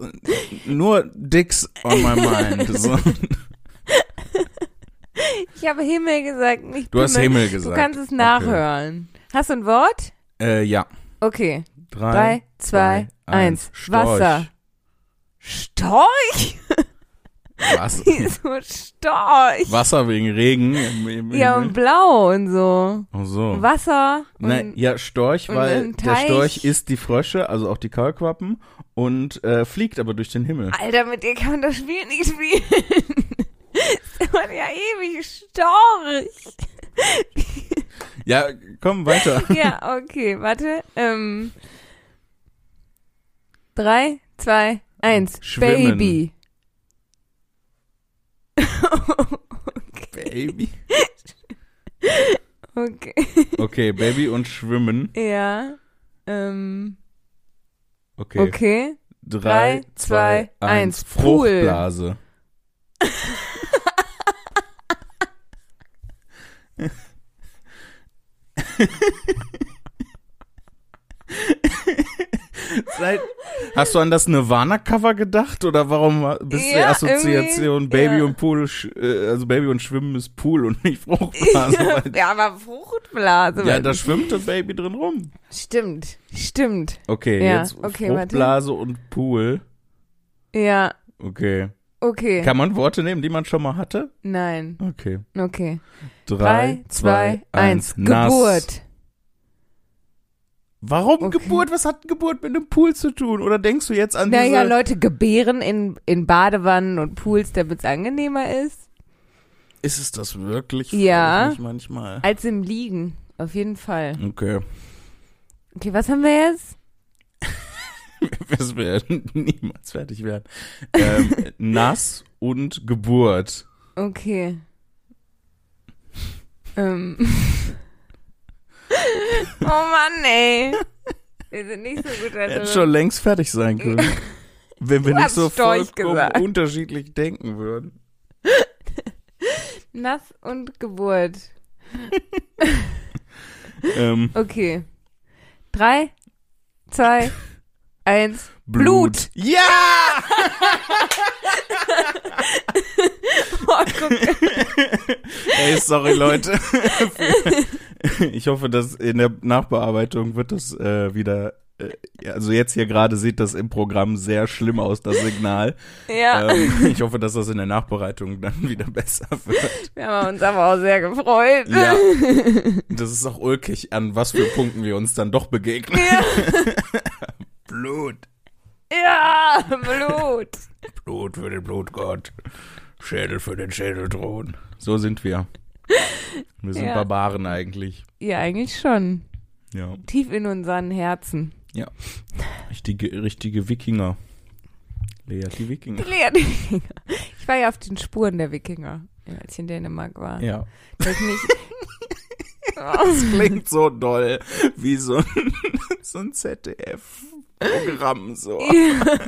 Speaker 2: nur Dicks on my mind. So.
Speaker 1: Ich habe Himmel gesagt, nicht
Speaker 2: Du hast
Speaker 1: Pimmel.
Speaker 2: Himmel
Speaker 1: Du
Speaker 2: gesagt.
Speaker 1: kannst es nachhören. Hast du ein Wort?
Speaker 2: äh, ja.
Speaker 1: Okay.
Speaker 2: Drei,
Speaker 1: Drei, zwei, eins.
Speaker 2: Storch.
Speaker 1: Wasser. Storch? <laughs>
Speaker 2: Was?
Speaker 1: Wieso Storch?
Speaker 2: Wasser wegen Regen. im- im
Speaker 1: Ja,
Speaker 2: Himmel.
Speaker 1: und blau und so.
Speaker 2: Ach so.
Speaker 1: Wasser. Und
Speaker 2: Nein, ja, Storch,
Speaker 1: und
Speaker 2: weil
Speaker 1: im
Speaker 2: der
Speaker 1: Teich.
Speaker 2: Storch isst die Frösche, also auch die Kaulquappen, und äh, fliegt aber durch den Himmel.
Speaker 1: Alter, mit dir kann man das Spiel nicht spielen. <laughs> Das war ja ewig storch.
Speaker 2: Ja,
Speaker 1: <laughs>
Speaker 2: komm weiter.
Speaker 1: Ja, okay, warte. Ähm, drei, zwei, eins.
Speaker 2: Schwimmen. <laughs>
Speaker 1: Baby.
Speaker 2: Baby.
Speaker 1: Okay.
Speaker 2: Okay, Baby und Schwimmen.
Speaker 1: Ja. Ähm,
Speaker 2: Okay.
Speaker 1: okay.
Speaker 2: Drei,
Speaker 1: Drei,
Speaker 2: zwei,
Speaker 1: zwei,
Speaker 2: eins.
Speaker 1: eins. Pool.
Speaker 2: Fruchtblase. Seit, hast du an das Nirvana-Cover gedacht oder warum war- bist du die
Speaker 1: Ja,
Speaker 2: Assoziation
Speaker 1: irgendwie,
Speaker 2: Baby
Speaker 1: ja.
Speaker 2: und Pool, sch- äh, also Baby und Schwimmen ist Pool und nicht Fruchtblase? weil-
Speaker 1: <laughs> <laughs> ja, aber Fruchtblase.
Speaker 2: ja, da schwimmt das Baby drin rum.
Speaker 1: stimmt. Stimmt.
Speaker 2: Okay,
Speaker 1: Ja,
Speaker 2: jetzt
Speaker 1: okay, warte.
Speaker 2: Fruchtblase und Pool.
Speaker 1: Ja,
Speaker 2: Okay.
Speaker 1: okay.
Speaker 2: Kann man Worte nehmen, die man schon mal hatte?
Speaker 1: Nein.
Speaker 2: Okay.
Speaker 1: Okay.
Speaker 2: Hm. Drei, zwei, eins. Nass.
Speaker 1: Geburt.
Speaker 2: Warum
Speaker 1: Okay.
Speaker 2: Geburt? Was hat Geburt mit einem Pool zu tun? Oder denkst du jetzt an
Speaker 1: Naja,
Speaker 2: diese...
Speaker 1: Leute gebären in, in Badewannen und Pools, damit es angenehmer ist,
Speaker 2: ist es das wirklich?
Speaker 1: Ja.
Speaker 2: Frag ich mich manchmal.
Speaker 1: als im Liegen. Auf jeden Fall.
Speaker 2: <laughs> Okay.
Speaker 1: Okay, was haben wir jetzt?
Speaker 2: Wir werden niemals fertig werden. Ähm,
Speaker 1: <laughs>
Speaker 2: nass und Geburt.
Speaker 1: Okay. Ähm. <laughs> oh Mann, ey. Wir sind nicht so gut da
Speaker 2: Hätte
Speaker 1: drin.
Speaker 2: schon längst fertig sein
Speaker 1: <laughs>
Speaker 2: können. Wenn wir
Speaker 1: Du
Speaker 2: nicht
Speaker 1: hast
Speaker 2: so
Speaker 1: Storch
Speaker 2: vollkommen
Speaker 1: gesagt.
Speaker 2: unterschiedlich denken würden.
Speaker 1: Nass und Geburt.
Speaker 2: Ähm,
Speaker 1: Okay. Drei,
Speaker 2: <laughs>
Speaker 1: zwei, eins. <laughs> Blut.
Speaker 2: Blut. Ja!
Speaker 1: Oh, guck.
Speaker 2: <laughs> Ey, sorry,
Speaker 1: <laughs>
Speaker 2: Leute. Ich hoffe, dass in der Nachbearbeitung wird das äh, wieder. Äh, ja, also jetzt hier gerade sieht das im Programm sehr schlimm aus, das Signal.
Speaker 1: Ja,
Speaker 2: Ähm, ich hoffe, dass das in der Nachbereitung dann wieder besser wird.
Speaker 1: wir haben uns aber auch sehr gefreut.
Speaker 2: Ja. <laughs> Das ist auch ulkig, an was für Punkten wir uns dann doch begegnen.
Speaker 1: Ja. <laughs>
Speaker 2: Blut,
Speaker 1: Ja, Blut.
Speaker 2: Blut für den Blutgott, Schädel für den Schädelthron. So sind wir. Wir sind
Speaker 1: Ja.
Speaker 2: Barbaren eigentlich.
Speaker 1: Ja, eigentlich schon.
Speaker 2: Ja,
Speaker 1: Tief in unseren Herzen.
Speaker 2: richtige, richtige Wikinger. Lea, die Wikinger.
Speaker 1: Lea, die Wikinger. Ich war ja auf den Spuren der Wikinger, als ich in Dänemark war.
Speaker 2: Ja.
Speaker 1: Dass ich mich,
Speaker 2: Das klingt so doll, <laughs> wie so ein, so ein ZDF-Programm. So.
Speaker 1: <laughs> Ja.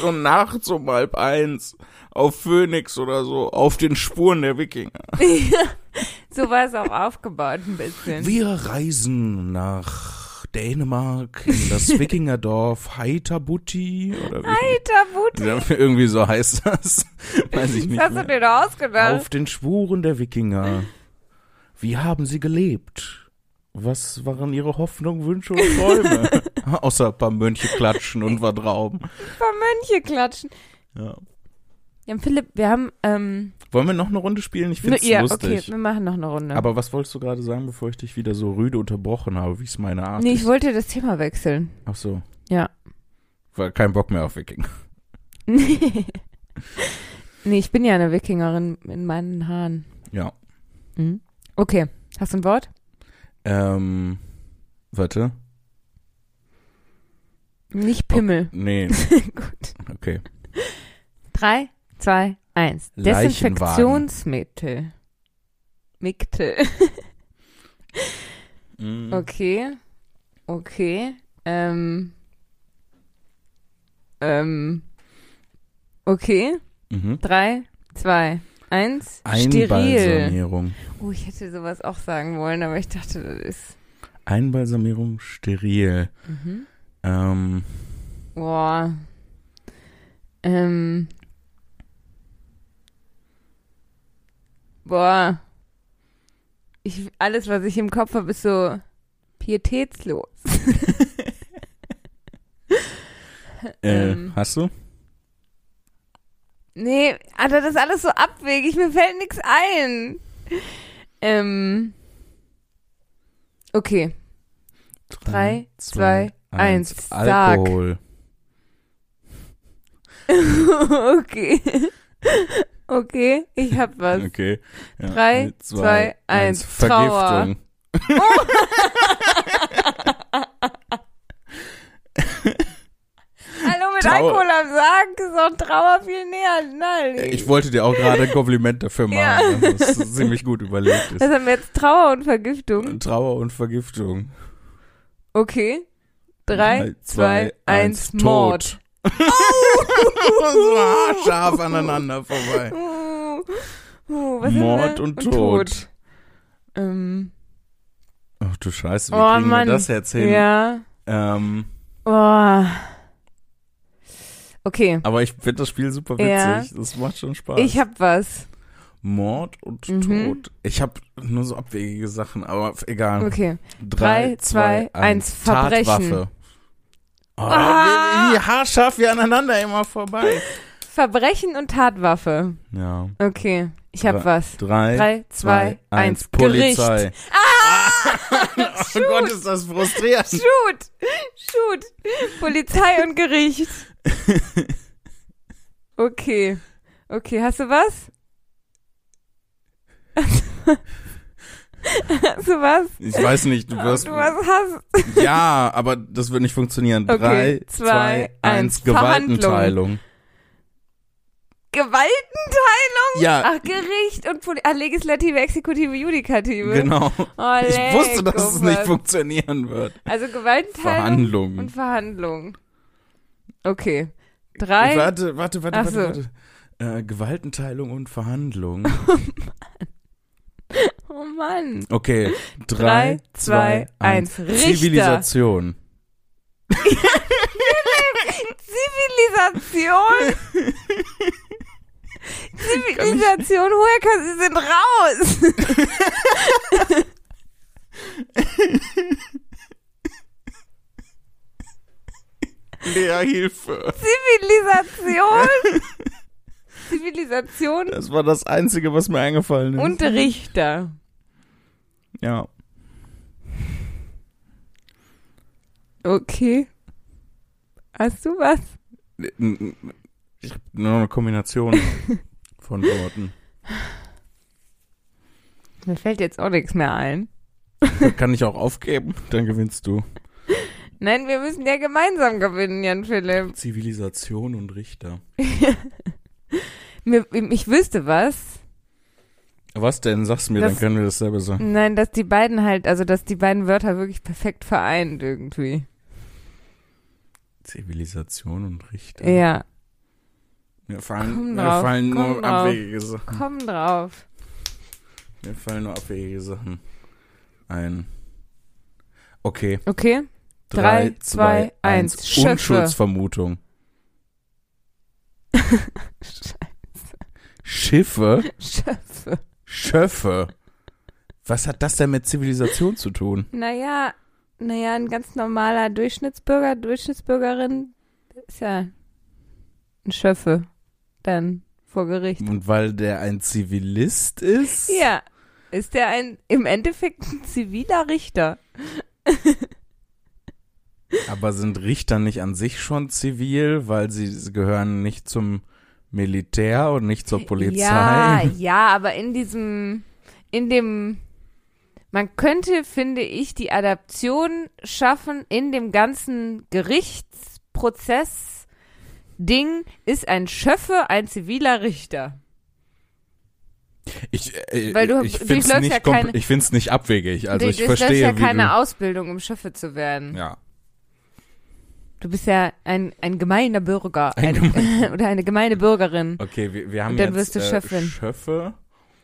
Speaker 2: so nachts um halb eins auf Phoenix oder so, auf den Spuren der Wikinger.
Speaker 1: So war es auch aufgebaut ein bisschen.
Speaker 2: Wir reisen nach Dänemark in
Speaker 1: <laughs>
Speaker 2: das Wikingerdorf Heitabutti oder wie?
Speaker 1: Alter Wut,
Speaker 2: <laughs> Irgendwie so heißt das. Weiß ich
Speaker 1: was
Speaker 2: nicht.
Speaker 1: hast du
Speaker 2: Mehr.
Speaker 1: dir da ausgedacht?
Speaker 2: Auf den Spuren der Wikinger. Wie haben sie gelebt? Was waren ihre Hoffnungen, Wünsche und Träume?
Speaker 1: <laughs>
Speaker 2: <laughs> Außer ein paar Mönche klatschen und vertrauben.
Speaker 1: Ein paar Mönche klatschen.
Speaker 2: Ja.
Speaker 1: Ja, Philipp, wir haben, ähm,
Speaker 2: Wollen wir noch eine Runde spielen? Ich
Speaker 1: nur,
Speaker 2: find's
Speaker 1: ja, okay,
Speaker 2: lustig.
Speaker 1: wir machen noch eine Runde.
Speaker 2: Aber was wolltest du gerade sagen, bevor ich dich wieder so rüde unterbrochen habe, wie es meine Art
Speaker 1: nee, ich
Speaker 2: ist?
Speaker 1: wollte das Thema wechseln.
Speaker 2: Ach so.
Speaker 1: Ja.
Speaker 2: Weil kein Bock mehr auf Wikinger.
Speaker 1: <laughs> nee, ich bin ja eine Wikingerin in meinen Haaren.
Speaker 2: Ja.
Speaker 1: Mhm. Okay, hast du ein Wort?
Speaker 2: Ähm, warte.
Speaker 1: Nicht Pimmel.
Speaker 2: Nee,
Speaker 1: <laughs> Gut.
Speaker 2: okay.
Speaker 1: Drei, zwei, eins.
Speaker 2: Leichenwagen.
Speaker 1: Desinfektionsmittel. Miktel.
Speaker 2: Mm.
Speaker 1: Okay. Okay. Ähm. Ähm. Okay.
Speaker 2: Mhm.
Speaker 1: Drei, zwei, eins. Steril.
Speaker 2: Einbalsamierung.
Speaker 1: Oh, ich hätte sowas auch sagen wollen, aber ich dachte, das ist.
Speaker 2: Einbalsamierung steril.
Speaker 1: Mhm.
Speaker 2: Ähm,
Speaker 1: Boah. Ähm. Boah. Ich, alles, was ich im Kopf habe, ist so pietätslos.
Speaker 2: äh,
Speaker 1: Ähm.
Speaker 2: hast du?
Speaker 1: Nee, Alter, das ist alles so abwegig. Mir fällt nichts ein. Ähm. Okay. <laughs> Drei, zwei, eins.
Speaker 2: Alkohol.
Speaker 1: okay. Okay, ich hab was.
Speaker 2: Okay. Ja.
Speaker 1: Also Drei,
Speaker 2: Eins,
Speaker 1: zwei, eins.
Speaker 2: Vergiftung.
Speaker 1: <laughs> Hallo mit
Speaker 2: Trauer.
Speaker 1: Alkohol am Sarg ist auch Trauer viel näher. Nein.
Speaker 2: Ich wollte dir auch gerade ein Kompliment dafür machen,
Speaker 1: Ja. Also,
Speaker 2: dass es ziemlich gut überlegt
Speaker 1: was
Speaker 2: ist. Äh,
Speaker 1: haben wir jetzt? Trauer und Vergiftung.
Speaker 2: Trauer und Vergiftung.
Speaker 1: Okay. Drei, zwei, eins,
Speaker 2: Tod.
Speaker 1: Mord.
Speaker 2: <laughs> so haarscharf aneinander vorbei.
Speaker 1: Uh, uh, was
Speaker 2: Äh. Mord
Speaker 1: ist denn?
Speaker 2: und Tod.
Speaker 1: Ähm,
Speaker 2: Ach du Scheiße, wie
Speaker 1: Oh,
Speaker 2: kriegen
Speaker 1: Mann.
Speaker 2: wir das jetzt hin?
Speaker 1: ja.
Speaker 2: Ähm,
Speaker 1: Oh. Okay,
Speaker 2: aber ich finde das Spiel super witzig.
Speaker 1: Ja.
Speaker 2: Das macht schon Spaß.
Speaker 1: ich hab was.
Speaker 2: Mord und
Speaker 1: Mhm.
Speaker 2: Tod. Ich habe nur so abwegige Sachen, aber f- egal.
Speaker 1: Okay.
Speaker 2: Drei,
Speaker 1: Drei, zwei, eins. Verbrechen.
Speaker 2: Tatwaffe. Oh,
Speaker 1: Ah!
Speaker 2: Wie, wie haarscharf wir aneinander immer vorbei.
Speaker 1: Verbrechen und Tatwaffe.
Speaker 2: Ja.
Speaker 1: Okay, ich hab
Speaker 2: Drei-
Speaker 1: was.
Speaker 2: Drei,
Speaker 1: Äh, Drei, zwei, eins.
Speaker 2: Polizei.
Speaker 1: Gericht. Ah!
Speaker 2: <laughs> oh Gott, ist das frustrierend.
Speaker 1: Shoot! Shoot! Polizei und Gericht. Okay. Okay, hast du was? Hast du was?
Speaker 2: Ich weiß nicht,
Speaker 1: <laughs>
Speaker 2: du wirst.
Speaker 1: du was hast?
Speaker 2: Ja, aber das wird nicht funktionieren.
Speaker 1: Okay,
Speaker 2: Drei,
Speaker 1: zwei,
Speaker 2: zwei, eins.
Speaker 1: eins.
Speaker 2: Gewaltenteilung.
Speaker 1: Gewaltenteilung?
Speaker 2: Ja.
Speaker 1: Ach, Gericht und Poli ah, Legislative, Exekutive, Judikative.
Speaker 2: Genau.
Speaker 1: Oh,
Speaker 2: Ich wusste, dass es nicht
Speaker 1: Legolas.
Speaker 2: funktionieren wird.
Speaker 1: Also Gewaltenteilung
Speaker 2: Verhandlungen.
Speaker 1: und Verhandlung. Okay. Drei.
Speaker 2: Äh, Warte, warte, warte,
Speaker 1: Ach
Speaker 2: warte,
Speaker 1: so.
Speaker 2: warte. Äh, Gewaltenteilung und Verhandlung.
Speaker 1: Oh Mann. <laughs>
Speaker 2: Okay. Drei,
Speaker 1: Drei, zwei,
Speaker 2: zwei, eins.
Speaker 1: eins. Richter.
Speaker 2: Zivilisation.
Speaker 1: <laughs> <laughs>
Speaker 2: <laughs>
Speaker 1: Zivilisation. Zivilisation, Huekas, sie sind raus. <laughs>
Speaker 2: Lea, Hilfe.
Speaker 1: Zivilisation. <laughs> Zivilisation
Speaker 2: Das war das Einzige, was mir eingefallen ist.
Speaker 1: und Richter.
Speaker 2: Ja.
Speaker 1: Okay. Hast du was?
Speaker 2: Ich hab nur eine Kombination
Speaker 1: <laughs>
Speaker 2: von Worten.
Speaker 1: Mir fällt jetzt auch nichts mehr ein.
Speaker 2: Kann ich auch aufgeben, dann gewinnst du.
Speaker 1: Nein, wir müssen ja gemeinsam gewinnen, Jan Philipp.
Speaker 2: Zivilisation und Richter.
Speaker 1: Mir, ich wüsste was.
Speaker 2: Was denn? Sag's mir,
Speaker 1: Das-
Speaker 2: dann können wir das selber sagen.
Speaker 1: Nein, dass die beiden halt, also dass die beiden Wörter wirklich perfekt vereint irgendwie.
Speaker 2: Zivilisation und Richter.
Speaker 1: Ja,
Speaker 2: Mir fallen,
Speaker 1: Komm
Speaker 2: mir
Speaker 1: drauf,
Speaker 2: fallen
Speaker 1: komm
Speaker 2: nur
Speaker 1: drauf.
Speaker 2: abwegige Sachen.
Speaker 1: komm drauf.
Speaker 2: Mir fallen nur abwegige Sachen ein. Okay.
Speaker 1: Okay? Oh, Drei, zwei, eins. Schiffe.
Speaker 2: Unschuldsvermutung. Schiffe?
Speaker 1: Schöpfe.
Speaker 2: Schöffe. Was hat das denn mit Zivilisation zu tun?
Speaker 1: <laughs> Naja, naja, ein ganz normaler Durchschnittsbürger, Durchschnittsbürgerin ist ja ein Schöffe dann vor Gericht.
Speaker 2: Und weil der ein Zivilist ist?
Speaker 1: Ja, ist der ein im Endeffekt ein ziviler Richter.
Speaker 2: Aber sind Richter nicht an sich schon zivil, weil sie gehören nicht zum Militär und nicht zur Polizei?
Speaker 1: Ja, ja, aber in diesem, in dem, man könnte, finde ich, die Adaption schaffen in dem ganzen Gerichtsprozess. Ding ist ein Schöffe, ein ziviler Richter.
Speaker 2: Ich, äh,
Speaker 1: Weil du-
Speaker 2: ich
Speaker 1: du
Speaker 2: finde es
Speaker 1: durchläufst
Speaker 2: nicht,
Speaker 1: ja
Speaker 2: kompl-
Speaker 1: keine-
Speaker 2: ich find's nicht abwegig. Also
Speaker 1: du,
Speaker 2: ich
Speaker 1: das
Speaker 2: verstehe,
Speaker 1: ist ja
Speaker 2: wie
Speaker 1: keine
Speaker 2: du,
Speaker 1: Ausbildung, um Schöffe zu werden.
Speaker 2: ja.
Speaker 1: Du bist ja ein, ein gemeiner Bürger
Speaker 2: Ein
Speaker 1: ein
Speaker 2: gemeiner-
Speaker 1: <laughs> oder eine gemeine Bürgerin.
Speaker 2: Okay, wir, wir haben
Speaker 1: Und dann wirst
Speaker 2: jetzt
Speaker 1: du
Speaker 2: äh,
Speaker 1: Schöffin.
Speaker 2: Schöffe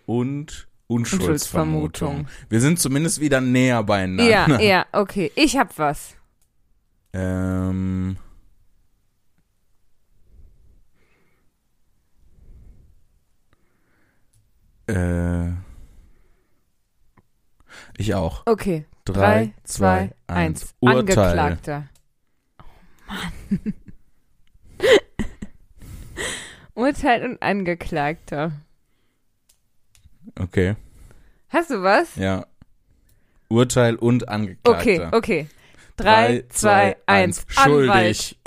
Speaker 2: und
Speaker 1: Unschuldsvermutung.
Speaker 2: Unschuldsvermutung. Wir sind zumindest wieder näher beieinander.
Speaker 1: Ja,
Speaker 2: <laughs>
Speaker 1: ja, okay. Ich hab was.
Speaker 2: Ähm, äh, ich auch.
Speaker 1: Okay.
Speaker 2: Drei, zwei, eins. Urteil.
Speaker 1: Angeklagter. Oh Mann. <laughs> Urteil und Angeklagter.
Speaker 2: Okay,
Speaker 1: Hast du was?
Speaker 2: ja. Urteil und Angeklagter.
Speaker 1: Okay, okay. Drei, zwei, eins. Anwalt.
Speaker 2: Schuldig.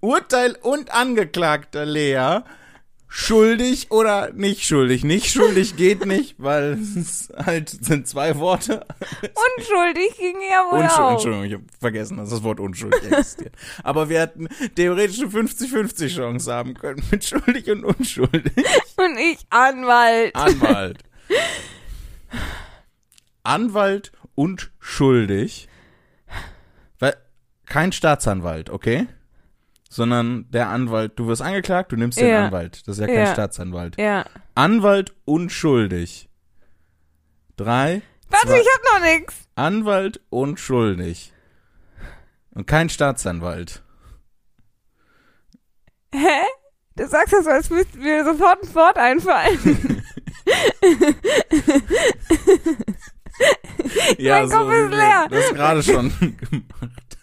Speaker 2: Urteil und Angeklagter, Lea. Schuldig oder nicht schuldig? Nicht schuldig geht nicht, weil es halt sind zwei Worte.
Speaker 1: Unschuldig ging ja wohl
Speaker 2: Unschuld,
Speaker 1: auch.
Speaker 2: Entschuldigung, ich habe vergessen, dass das Wort unschuldig existiert. Aber wir hätten theoretisch eine 50-50 Chance haben können mit schuldig und unschuldig.
Speaker 1: Und ich Anwalt.
Speaker 2: Anwalt. Anwalt und schuldig. Weil- Kein Staatsanwalt, okay? Sondern der Anwalt, du wirst angeklagt, du nimmst den
Speaker 1: Ja.
Speaker 2: Anwalt. Das ist ja kein
Speaker 1: Ja.
Speaker 2: Staatsanwalt.
Speaker 1: Ja.
Speaker 2: Anwalt und schuldig. Drei.
Speaker 1: Warte,
Speaker 2: zwei-
Speaker 1: ich hab noch nix.
Speaker 2: Anwalt und schuldig. Und kein Staatsanwalt.
Speaker 1: Hä? Du sagst das so, als müssten mir sofort ein Wort
Speaker 2: <laughs>
Speaker 1: einfallen.
Speaker 2: Ja,
Speaker 1: <laughs> Mein Kopf ist
Speaker 2: wie wir
Speaker 1: leer.
Speaker 2: Das gerade schon <laughs> gemacht.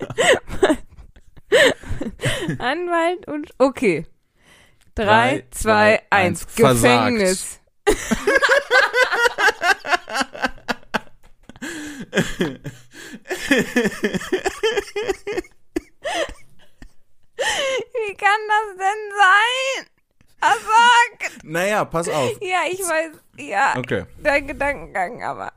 Speaker 1: Anwalt und. Okay. Drei, zwei, eins.
Speaker 2: Versagt.
Speaker 1: Gefängnis. <laughs> Wie kann das denn sein? Was sagt?
Speaker 2: Naja, pass auf.
Speaker 1: Ja, ich weiß. Ja,
Speaker 2: Okay.
Speaker 1: dein Gedankengang, aber.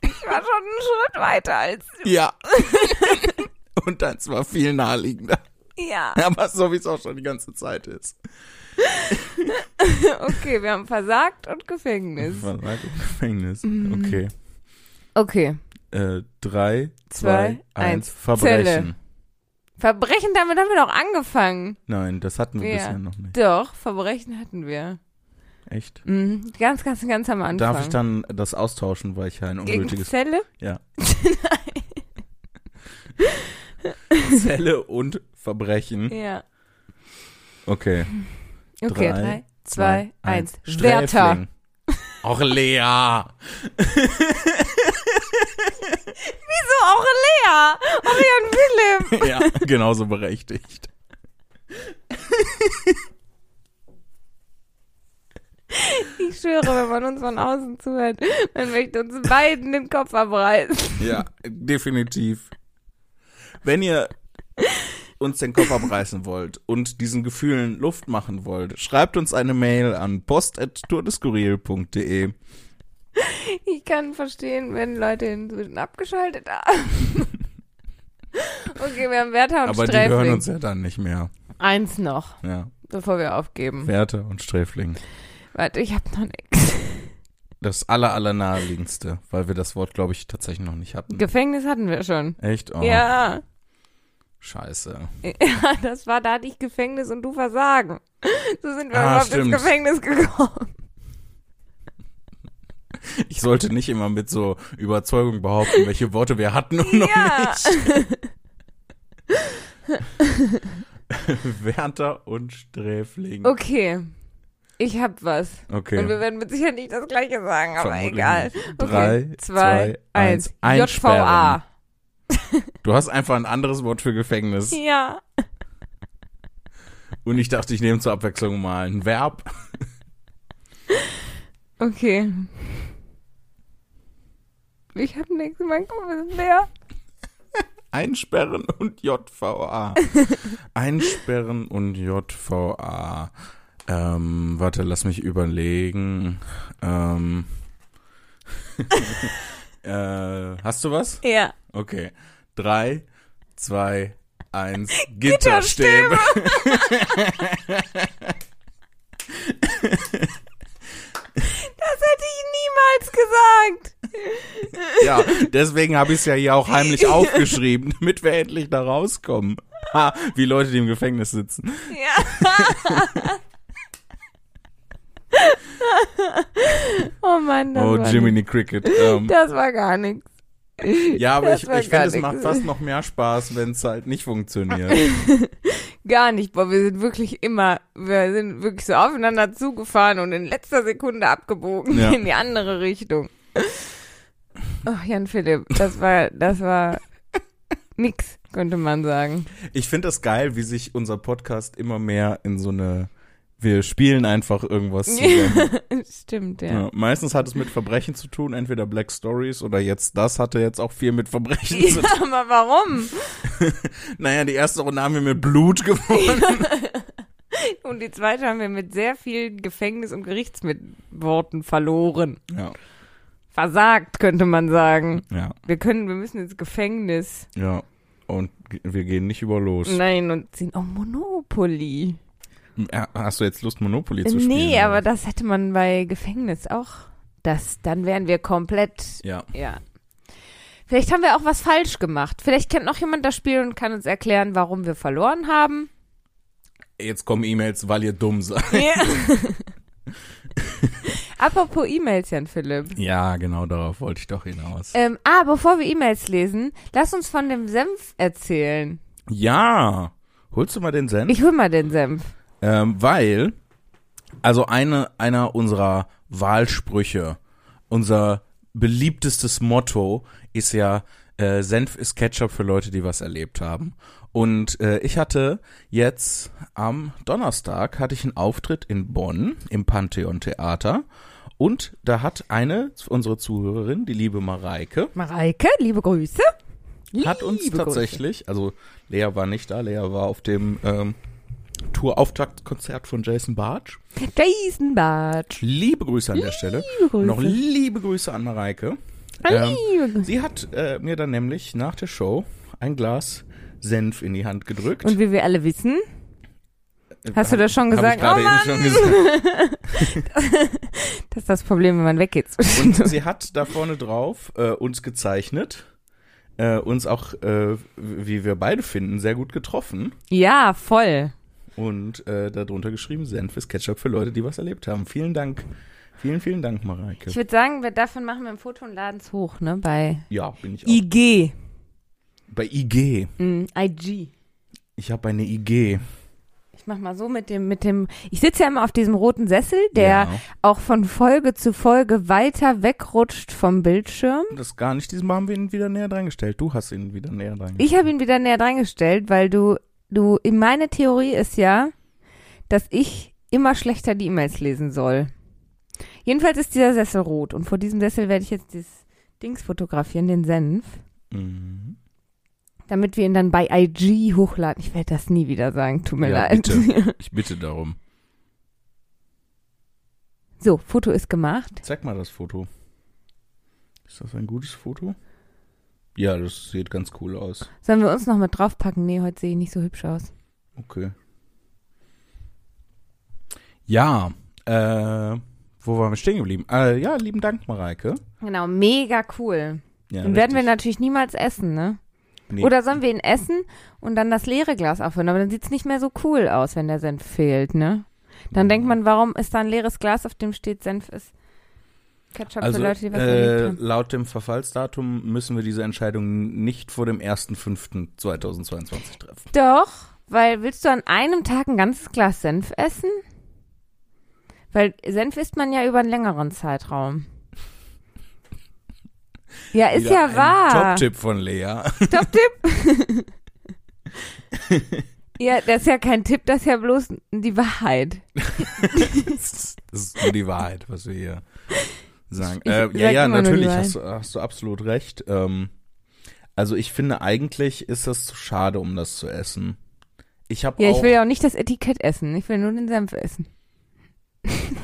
Speaker 1: Ich war schon einen Schritt weiter als.
Speaker 2: Ja. <laughs> Und dann zwar viel naheliegender. <laughs>
Speaker 1: Ja.
Speaker 2: Aber so wie es auch schon die ganze Zeit ist.
Speaker 1: Okay, wir haben versagt und Gefängnis. Mhm.
Speaker 2: Verlag im Gefängnis. Okay.
Speaker 1: Okay.
Speaker 2: Äh, drei,
Speaker 1: Zwei,
Speaker 2: zwei, eins,
Speaker 1: eins.
Speaker 2: Verbrechen.
Speaker 1: Zelle. Verbrechen, damit haben wir doch angefangen.
Speaker 2: Nein, das hatten wir
Speaker 1: Ja.
Speaker 2: bisher noch nicht.
Speaker 1: Doch, Verbrechen hatten wir.
Speaker 2: Echt?
Speaker 1: Mhm. Ganz, ganz, ganz am Anfang.
Speaker 2: Darf ich dann das austauschen, weil ich ja ein
Speaker 1: Gegen <laughs>
Speaker 2: ungültiges
Speaker 1: Zelle?
Speaker 2: Zelle und Verbrechen.
Speaker 1: Ja.
Speaker 2: Okay.
Speaker 1: Okay,
Speaker 2: Drei,
Speaker 1: drei, zwei, eins. Wärter. <laughs>
Speaker 2: <laughs> Sträfling. Auch Lea. <laughs>
Speaker 1: Wieso auch Lea? Orion Philipp.
Speaker 2: Ja, genauso berechtigt.
Speaker 1: Ich schwöre, wenn man uns von außen zuhört, man möchte uns beiden den Kopf abreißen.
Speaker 2: Ja, definitiv. Wenn ihr uns den Kopf abreißen wollt und diesen Gefühlen Luft machen wollt, schreibt uns eine Mail an post.tourdeskurril.de.
Speaker 1: Ich kann verstehen, wenn Leute inzwischen abgeschaltet haben. Okay, wir haben Werther und
Speaker 2: Aber die
Speaker 1: Sträfling.
Speaker 2: hören uns ja dann nicht mehr.
Speaker 1: Eins noch,
Speaker 2: Ja,
Speaker 1: bevor wir aufgeben.
Speaker 2: Werte und Sträfling.
Speaker 1: Warte, ich hab noch nix.
Speaker 2: Das aller, aller naheliegendste, weil wir das Wort, glaube ich, tatsächlich noch nicht hatten.
Speaker 1: Gefängnis hatten wir schon.
Speaker 2: Echt? Oh,
Speaker 1: Ja.
Speaker 2: scheiße.
Speaker 1: ja, das war da nicht Gefängnis und du Versagen. So sind wir
Speaker 2: Ah,
Speaker 1: überhaupt
Speaker 2: stimmt.
Speaker 1: ins Gefängnis gekommen.
Speaker 2: Ich sollte nicht immer mit so Überzeugung behaupten, welche Worte wir hatten und noch
Speaker 1: Ja.
Speaker 2: <laughs> nicht. Wärter und Sträfling.
Speaker 1: Okay. Ich hab was.
Speaker 2: Okay.
Speaker 1: Und wir werden mit Sicherheit nicht das gleiche sagen, aber
Speaker 2: Vermutlich
Speaker 1: egal.
Speaker 2: nicht. Drei, zwei, eins. Einsperren.
Speaker 1: JVA.
Speaker 2: Du hast einfach ein anderes Wort für Gefängnis.
Speaker 1: Ja.
Speaker 2: Und ich dachte, ich nehme zur Abwechslung mal ein Verb.
Speaker 1: Okay. Ich hab nichts in meinem Kopf mehr.
Speaker 2: Einsperren und JVA. Einsperren und JVA. Ähm, warte, lass mich überlegen. Ähm, <laughs> äh, hast du was?
Speaker 1: Ja.
Speaker 2: Okay. Drei, zwei, eins. Gitterstäbe. <laughs>
Speaker 1: Das hätte ich niemals gesagt.
Speaker 2: Ja, deswegen habe ich es ja hier auch heimlich aufgeschrieben, damit wir endlich da rauskommen. Ha, wie Leute, die im Gefängnis sitzen.
Speaker 1: Ja. <laughs> oh Mann, das,
Speaker 2: Oh,
Speaker 1: war
Speaker 2: Jiminy Cricket. Ähm,
Speaker 1: das war gar nichts.
Speaker 2: ja, aber
Speaker 1: das
Speaker 2: ich,
Speaker 1: war
Speaker 2: ich
Speaker 1: gar
Speaker 2: finde, es
Speaker 1: nix.
Speaker 2: macht fast noch mehr Spaß, wenn es halt nicht funktioniert.
Speaker 1: <laughs> Gar nicht, boah, wir sind wirklich immer, wir sind wirklich so aufeinander zugefahren und in letzter Sekunde abgebogen
Speaker 2: Ja.
Speaker 1: in die andere Richtung. Oh, Jan Philipp, das war, das war nix, könnte man sagen.
Speaker 2: Ich finde das geil, wie sich unser Podcast immer mehr in so eine wir spielen einfach
Speaker 1: <laughs>
Speaker 2: irgendwas zusammen.
Speaker 1: Stimmt, <laughs> ja.
Speaker 2: Ja, meistens hat es mit Verbrechen zu tun, entweder Black Stories oder jetzt das hatte jetzt auch viel mit Verbrechen zu
Speaker 1: ja.
Speaker 2: tun.
Speaker 1: Aber warum? <laughs>
Speaker 2: <laughs> Naja, die erste Runde haben wir mit Blut gewonnen.
Speaker 1: Und die zweite haben wir mit sehr vielen Gefängnis- und Gerichtsworten verloren.
Speaker 2: Ja,
Speaker 1: Versagt, könnte man sagen.
Speaker 2: ja,
Speaker 1: Wir können, wir müssen ins Gefängnis.
Speaker 2: ja. Und g- wir gehen nicht über los.
Speaker 1: Nein, und ziehen. Oh, Monopoly.
Speaker 2: Ja, äh, Hast du jetzt Lust, Monopoly zu spielen?
Speaker 1: Nee, aber das hätte man bei Gefängnis auch. Das, dann wären wir komplett.
Speaker 2: Ja,
Speaker 1: Ja. Vielleicht haben wir auch was falsch gemacht. Vielleicht kennt noch jemand das Spiel und kann uns erklären, warum wir verloren haben.
Speaker 2: jetzt kommen E-Mails, weil ihr dumm seid.
Speaker 1: Ja. <laughs> Apropos E-Mails, Jan Philipp.
Speaker 2: Ja, genau darauf wollte ich doch hinaus.
Speaker 1: Ähm, ah, bevor wir E-Mails lesen, lass uns von dem Senf erzählen.
Speaker 2: Ja, holst du mal den Senf?
Speaker 1: Ich hol mal den Senf.
Speaker 2: Ähm, weil, also eine, einer unserer Wahlsprüche, unser beliebtestes Motto ist ja, äh, Senf ist Ketchup für Leute, die was erlebt haben. Und äh, ich hatte jetzt am Donnerstag hatte ich einen Auftritt in Bonn im Pantheon Theater und da hat eine unsere Zuhörerin, die liebe Mareike,
Speaker 1: Mareike, liebe Grüße.
Speaker 2: hat uns
Speaker 1: Liebe
Speaker 2: tatsächlich, also Lea war nicht da, Lea war auf dem ähm, Tourauftaktkonzert von Jason Bartsch.
Speaker 1: Grüße. Jason Bartsch.
Speaker 2: Liebe Grüße an der Stelle.
Speaker 1: Liebe Grüße.
Speaker 2: Noch liebe Grüße an Mareike. Ähm,
Speaker 1: liebe Grüße.
Speaker 2: sie hat äh, mir dann nämlich nach der Show ein Glas Senf in die Hand gedrückt. Äh,
Speaker 1: Und wie wir alle wissen, hast du das schon
Speaker 2: Hab
Speaker 1: gesagt?
Speaker 2: Ich gerade
Speaker 1: Oh
Speaker 2: eben schon gesagt.
Speaker 1: das ist das Problem, wenn man weggeht. <laughs>
Speaker 2: Und sie hat da vorne drauf äh, uns gezeichnet, äh, uns auch, äh, wie wir beide finden, sehr gut getroffen
Speaker 1: ja, voll.
Speaker 2: und äh, darunter geschrieben, Senf ist Ketchup für Leute, die was erlebt haben. Vielen Dank. Vielen, vielen Dank, Mareike.
Speaker 1: Ich würde sagen, wir, davon machen wir ein Foto und laden es hoch, ne? Bei
Speaker 2: Ja, bin ich auch.
Speaker 1: IG.
Speaker 2: Bei IG.
Speaker 1: Mm, IG.
Speaker 2: Ich habe eine IG.
Speaker 1: Ich mach mal so mit dem, mit dem. Ich sitze ja immer auf diesem roten Sessel, der
Speaker 2: Ja.
Speaker 1: auch von Folge zu Folge weiter wegrutscht vom Bildschirm.
Speaker 2: Das gar nicht. Diesmal haben wir ihn wieder näher dran gestellt. Du hast ihn wieder näher dran gestellt.
Speaker 1: Ich habe ihn wieder näher dran gestellt, weil du, du, meine Theorie ist ja, dass ich immer schlechter die E-Mails lesen soll. Jedenfalls ist dieser Sessel rot und vor diesem Sessel werde ich jetzt dieses Dings fotografieren, den Senf,
Speaker 2: Mhm.
Speaker 1: damit wir ihn dann bei IG hochladen. Ich werde das nie wieder sagen, tut mir
Speaker 2: Ja,
Speaker 1: leid. <laughs>
Speaker 2: bitte. Ich bitte darum.
Speaker 1: So, Foto ist gemacht.
Speaker 2: Zeig mal das Foto. Ist das ein gutes Foto? Ja, das sieht ganz cool aus.
Speaker 1: Sollen wir uns noch mit draufpacken? Nee, heute sehe ich nicht so hübsch aus.
Speaker 2: Okay. Ja, äh, Wo waren wir stehen geblieben? Äh, ja, lieben Dank, Mareike.
Speaker 1: Genau, mega cool.
Speaker 2: Ja,
Speaker 1: Den werden wir
Speaker 2: richtig.
Speaker 1: natürlich niemals essen, ne?
Speaker 2: Nee.
Speaker 1: Oder sollen wir ihn essen und dann das leere Glas auffüllen? Aber dann sieht's nicht mehr so cool aus, wenn der Senf fehlt, ne? Dann
Speaker 2: Mhm.
Speaker 1: denkt man, warum ist da ein leeres Glas, auf dem steht Senf ist Ketchup
Speaker 2: also,
Speaker 1: für Leute, die was
Speaker 2: äh,
Speaker 1: erlebt haben.
Speaker 2: laut dem Verfallsdatum müssen wir diese Entscheidung nicht vor dem 1.5.2022 treffen.
Speaker 1: Doch, weil willst du an einem Tag ein ganzes Glas Senf essen? Weil Senf isst man ja über einen längeren Zeitraum. Ja, ist
Speaker 2: Wieder
Speaker 1: ja
Speaker 2: ein
Speaker 1: wahr.
Speaker 2: Top-Tipp
Speaker 1: <laughs>
Speaker 2: von Lea.
Speaker 1: Top-Tipp. <laughs> ja, das ist ja kein Tipp, das ist ja bloß die Wahrheit.
Speaker 2: Das ist nur die Wahrheit, was wir hier sagen.
Speaker 1: Ich
Speaker 2: Äh,
Speaker 1: sag
Speaker 2: ja, ja,
Speaker 1: immer nur die
Speaker 2: natürlich
Speaker 1: Wahrheit.
Speaker 2: hast, du- hast du absolut recht. Ähm, also ich finde eigentlich ist das zu schade, um das zu essen. Ich habe
Speaker 1: Ja,
Speaker 2: auch.
Speaker 1: ich will ja auch nicht das Etikett essen. Ich will nur den Senf essen.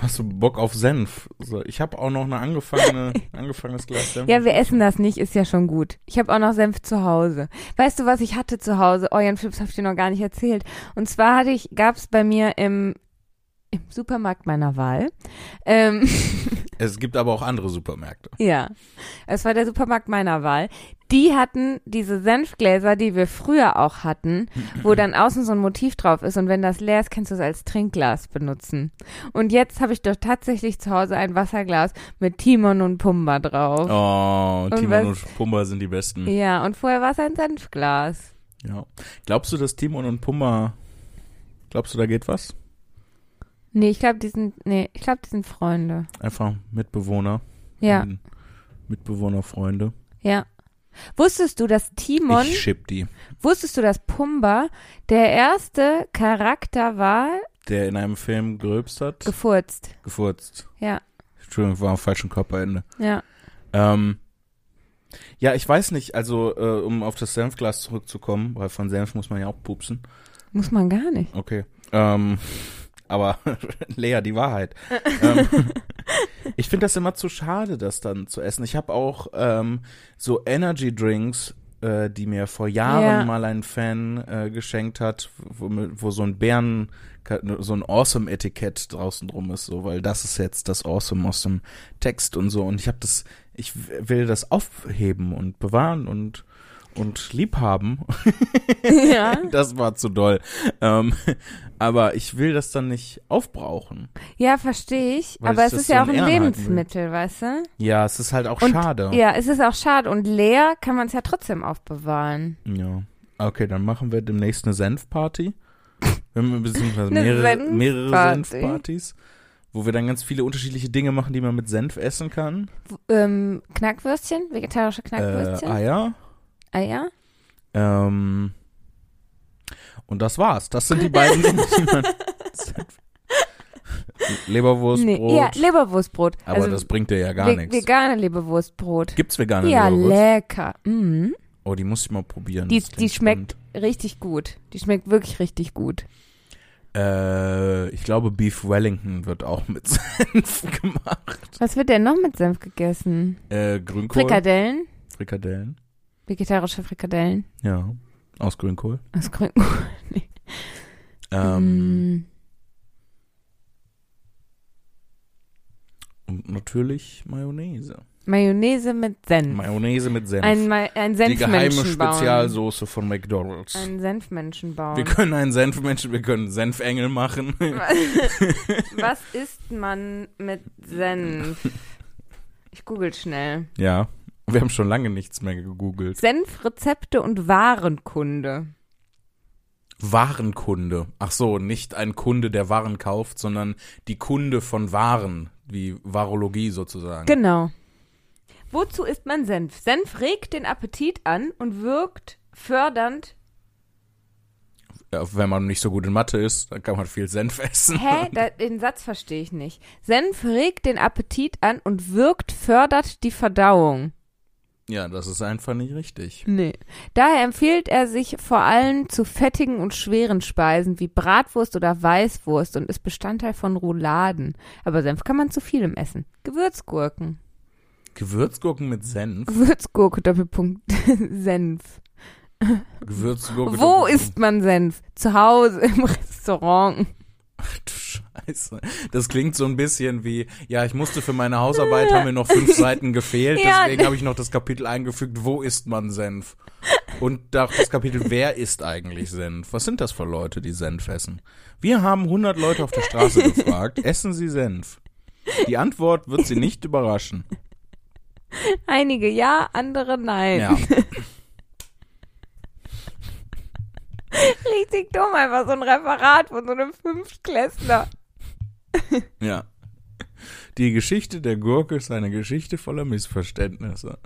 Speaker 2: Hast du Bock auf Senf? So, ich habe auch noch
Speaker 1: <laughs>
Speaker 2: eine angefangene, angefangenes Glas Senf.
Speaker 1: Ja, wir essen das nicht, ist ja schon gut. Ich habe auch noch Senf zu Hause. Weißt du, was ich hatte zu Hause? Oh, Jan Philips, habe ich dir noch gar nicht erzählt. Und zwar hatte ich, gab's bei mir im, im Supermarkt meiner Wahl. Ähm, <laughs>
Speaker 2: Es gibt aber auch andere Supermärkte.
Speaker 1: Ja, es war der Supermarkt meiner Wahl. Die hatten diese Senfgläser, die wir früher auch hatten, wo dann außen so ein Motiv drauf ist und wenn das leer ist, kannst du es als Trinkglas benutzen. Und jetzt habe ich doch tatsächlich zu Hause ein Wasserglas mit Timon und Pumba drauf.
Speaker 2: Oh,
Speaker 1: Und
Speaker 2: Timon
Speaker 1: was-
Speaker 2: und Pumba sind die besten.
Speaker 1: Ja, und vorher war es ein Senfglas.
Speaker 2: Ja. Glaubst du, dass Timon und Pumba. Glaubst du, da geht was?
Speaker 1: Nee, ich glaube, die sind, nee, ich glaube, die sind Freunde.
Speaker 2: Einfach Mitbewohner. Ähm.
Speaker 1: Ja,
Speaker 2: Mitbewohner, Freunde.
Speaker 1: ja. Wusstest du, dass Timon,
Speaker 2: Ich schipp die.
Speaker 1: wusstest du, dass Pumba der erste Charakter war,
Speaker 2: Der in einem Film gerülpst hat.
Speaker 1: gefurzt?
Speaker 2: gefurzt.
Speaker 1: Ja.
Speaker 2: Entschuldigung, war am falschen Körperende.
Speaker 1: Ja.
Speaker 2: Ähm, ja, ich weiß nicht, also äh, um auf das Senfglas zurückzukommen, weil von Senf muss man ja auch pupsen.
Speaker 1: Muss man gar nicht. <laughs>
Speaker 2: Okay. Ähm, <laughs> aber Lea, die Wahrheit. ähm, ich finde das immer zu schade, das dann zu essen. Ich habe auch ähm, so Energy Drinks, äh, die mir vor Jahren
Speaker 1: Ja.
Speaker 2: mal ein Fan äh, geschenkt hat, wo, wo so ein Bären, so ein Awesome-Etikett draußen drum ist, so, weil das ist jetzt das Awesome aus dem Text und so. Und ich habe das, ich w- will das aufheben und bewahren und und lieb haben
Speaker 1: ja.
Speaker 2: das war zu doll. Ähm, aber ich will das dann nicht aufbrauchen.
Speaker 1: ja, verstehe ich.
Speaker 2: Weil
Speaker 1: aber
Speaker 2: ich
Speaker 1: es
Speaker 2: das
Speaker 1: ist ja auch
Speaker 2: so
Speaker 1: ein
Speaker 2: in Ehren halten will.
Speaker 1: Lebensmittel, weißt du?
Speaker 2: Ja, es ist halt auch
Speaker 1: Und-
Speaker 2: schade.
Speaker 1: Ja, es ist auch schade. Und leer kann man es ja trotzdem aufbewahren.
Speaker 2: Ja. Okay, dann machen wir demnächst eine Senfparty. Wenn wir- Beziehungsweise
Speaker 1: Eine
Speaker 2: mehrere,
Speaker 1: Senfparty.
Speaker 2: mehrere Senfpartys, wo wir dann ganz viele unterschiedliche Dinge machen, die man mit Senf essen kann.
Speaker 1: W- Ähm, Knackwürstchen, vegetarische
Speaker 2: Äh,
Speaker 1: Knackwürstchen, Ah,
Speaker 2: Eier.
Speaker 1: Eier.
Speaker 2: Ähm, und das war's. Das sind die beiden Dinge, die man.
Speaker 1: <laughs>
Speaker 2: Leberwurst,
Speaker 1: Nee,
Speaker 2: Brot.
Speaker 1: ja, Leberwurstbrot.
Speaker 2: aber
Speaker 1: also,
Speaker 2: das bringt dir ja gar
Speaker 1: ve-
Speaker 2: nichts.
Speaker 1: Vegane Leberwurstbrot.
Speaker 2: Gibt's vegane
Speaker 1: Ja,
Speaker 2: Leberwurst?
Speaker 1: lecker. Mhm.
Speaker 2: Oh, die muss ich mal probieren.
Speaker 1: Die,
Speaker 2: das
Speaker 1: die
Speaker 2: klingt
Speaker 1: schmeckt richtig gut. Die schmeckt wirklich richtig gut.
Speaker 2: spannend. Äh, ich glaube, Beef Wellington wird auch mit <laughs> Senf gemacht.
Speaker 1: Was wird denn noch mit Senf gegessen?
Speaker 2: Äh, Grünkohl.
Speaker 1: Frikadellen?
Speaker 2: Frikadellen.
Speaker 1: Vegetarische Frikadellen?
Speaker 2: Ja. Aus Grünkohl.
Speaker 1: Aus Grün.
Speaker 2: Ähm,
Speaker 1: Mm.
Speaker 2: Und natürlich Mayonnaise.
Speaker 1: <laughs> Mayonnaise mit Senf.
Speaker 2: Mayonnaise mit Senf.
Speaker 1: Mhm. Ein, Ma ein
Speaker 2: die geheime
Speaker 1: Senfmenschen bauen.
Speaker 2: Spezialsoße von McDonalds.
Speaker 1: Ein Senfmenschen bauen.
Speaker 2: wir können einen Senfmenschen, wir können Senfengel machen.
Speaker 1: <laughs> Was isst man mit Senf? Ich google schnell.
Speaker 2: ja. Wir haben schon lange nichts mehr gegoogelt.
Speaker 1: Senfrezepte und Warenkunde.
Speaker 2: Warenkunde. Ach so, nicht ein Kunde, der Waren kauft, sondern die Kunde von Waren, wie Varologie sozusagen.
Speaker 1: Genau. Wozu isst man Senf? Senf regt den Appetit an und wirkt <laughs> fördernd.
Speaker 2: Ja, wenn man nicht so gut in Mathe ist, dann kann man viel Senf essen.
Speaker 1: Hä? Da, den Satz verstehe ich nicht. Senf regt den Appetit an und wirkt fördert die Verdauung.
Speaker 2: <laughs> Ja, das ist einfach nicht richtig.
Speaker 1: Nee. Daher empfiehlt er sich vor allem zu fettigen und schweren Speisen wie Bratwurst oder Weißwurst und ist Bestandteil von Rouladen. Aber Senf kann man zu vielem essen. Gewürzgurken.
Speaker 2: Gewürzgurken mit Senf.
Speaker 1: Gewürzgurke, Doppelpunkt, <laughs> Senf.
Speaker 2: Gewürzgurken.
Speaker 1: Wo isst man Senf? Zu Hause, im <laughs> Restaurant.
Speaker 2: Ach, du Scheiße. Scheiße. Das klingt so ein bisschen wie, ja, ich musste für meine Hausarbeit, haben mir noch fünf Seiten gefehlt,
Speaker 1: Ja.
Speaker 2: deswegen habe ich noch das Kapitel eingefügt, wo isst man Senf? Und da- das Kapitel, wer isst eigentlich Senf? Was sind das für Leute, die Senf essen? Wir haben 100 Leute auf der Straße gefragt, essen sie Senf? Die Antwort wird sie nicht überraschen.
Speaker 1: Einige ja, andere nein.
Speaker 2: Ja.
Speaker 1: <laughs> Richtig dumm, einfach so ein Referat von so einem Fünftklässler.
Speaker 2: Ja. Die Geschichte der Gurke ist eine Geschichte voller Missverständnisse.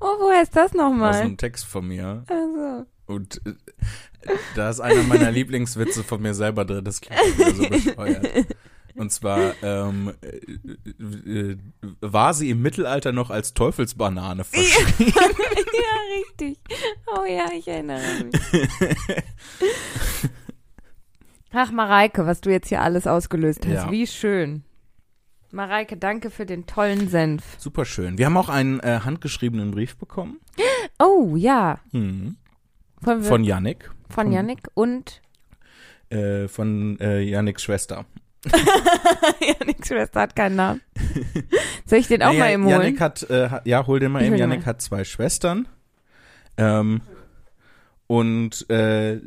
Speaker 1: Oh, woher ist das
Speaker 2: Aus
Speaker 1: nochmal?
Speaker 2: einem Text von mir. <laughs>
Speaker 1: Also,
Speaker 2: Und äh, da ist einer meiner Lieblingswitze von mir selber drin, das klingt wieder so bescheuert. Und zwar ähm, äh, äh, war sie im Mittelalter noch als Teufelsbanane
Speaker 1: <laughs>
Speaker 2: verschrieben.
Speaker 1: ja, richtig. Oh ja, ich erinnere
Speaker 2: <laughs>
Speaker 1: mich. Ach, Mareike, was du jetzt hier alles ausgelöst hast.
Speaker 2: Ja.
Speaker 1: Wie schön. Mareike, danke für den tollen Senf.
Speaker 2: Super schön. Wir haben auch einen äh, handgeschriebenen Brief bekommen
Speaker 1: Oh, ja.
Speaker 2: mhm.
Speaker 1: Von,
Speaker 2: von Yannick,
Speaker 1: von Yannick
Speaker 2: <laughs>
Speaker 1: und <laughs>
Speaker 2: äh, von äh, Yannicks Schwester.
Speaker 1: Yannicks Schwester hat keinen
Speaker 2: <laughs>
Speaker 1: Namen. Soll ich den auch
Speaker 2: Nee,
Speaker 1: mal eben holen?
Speaker 2: Yannick hat, äh, ha- ja, hol den mal
Speaker 1: Ich
Speaker 2: eben.
Speaker 1: hol den
Speaker 2: Yannick
Speaker 1: mal.
Speaker 2: hat zwei Schwestern. Ähm, und äh,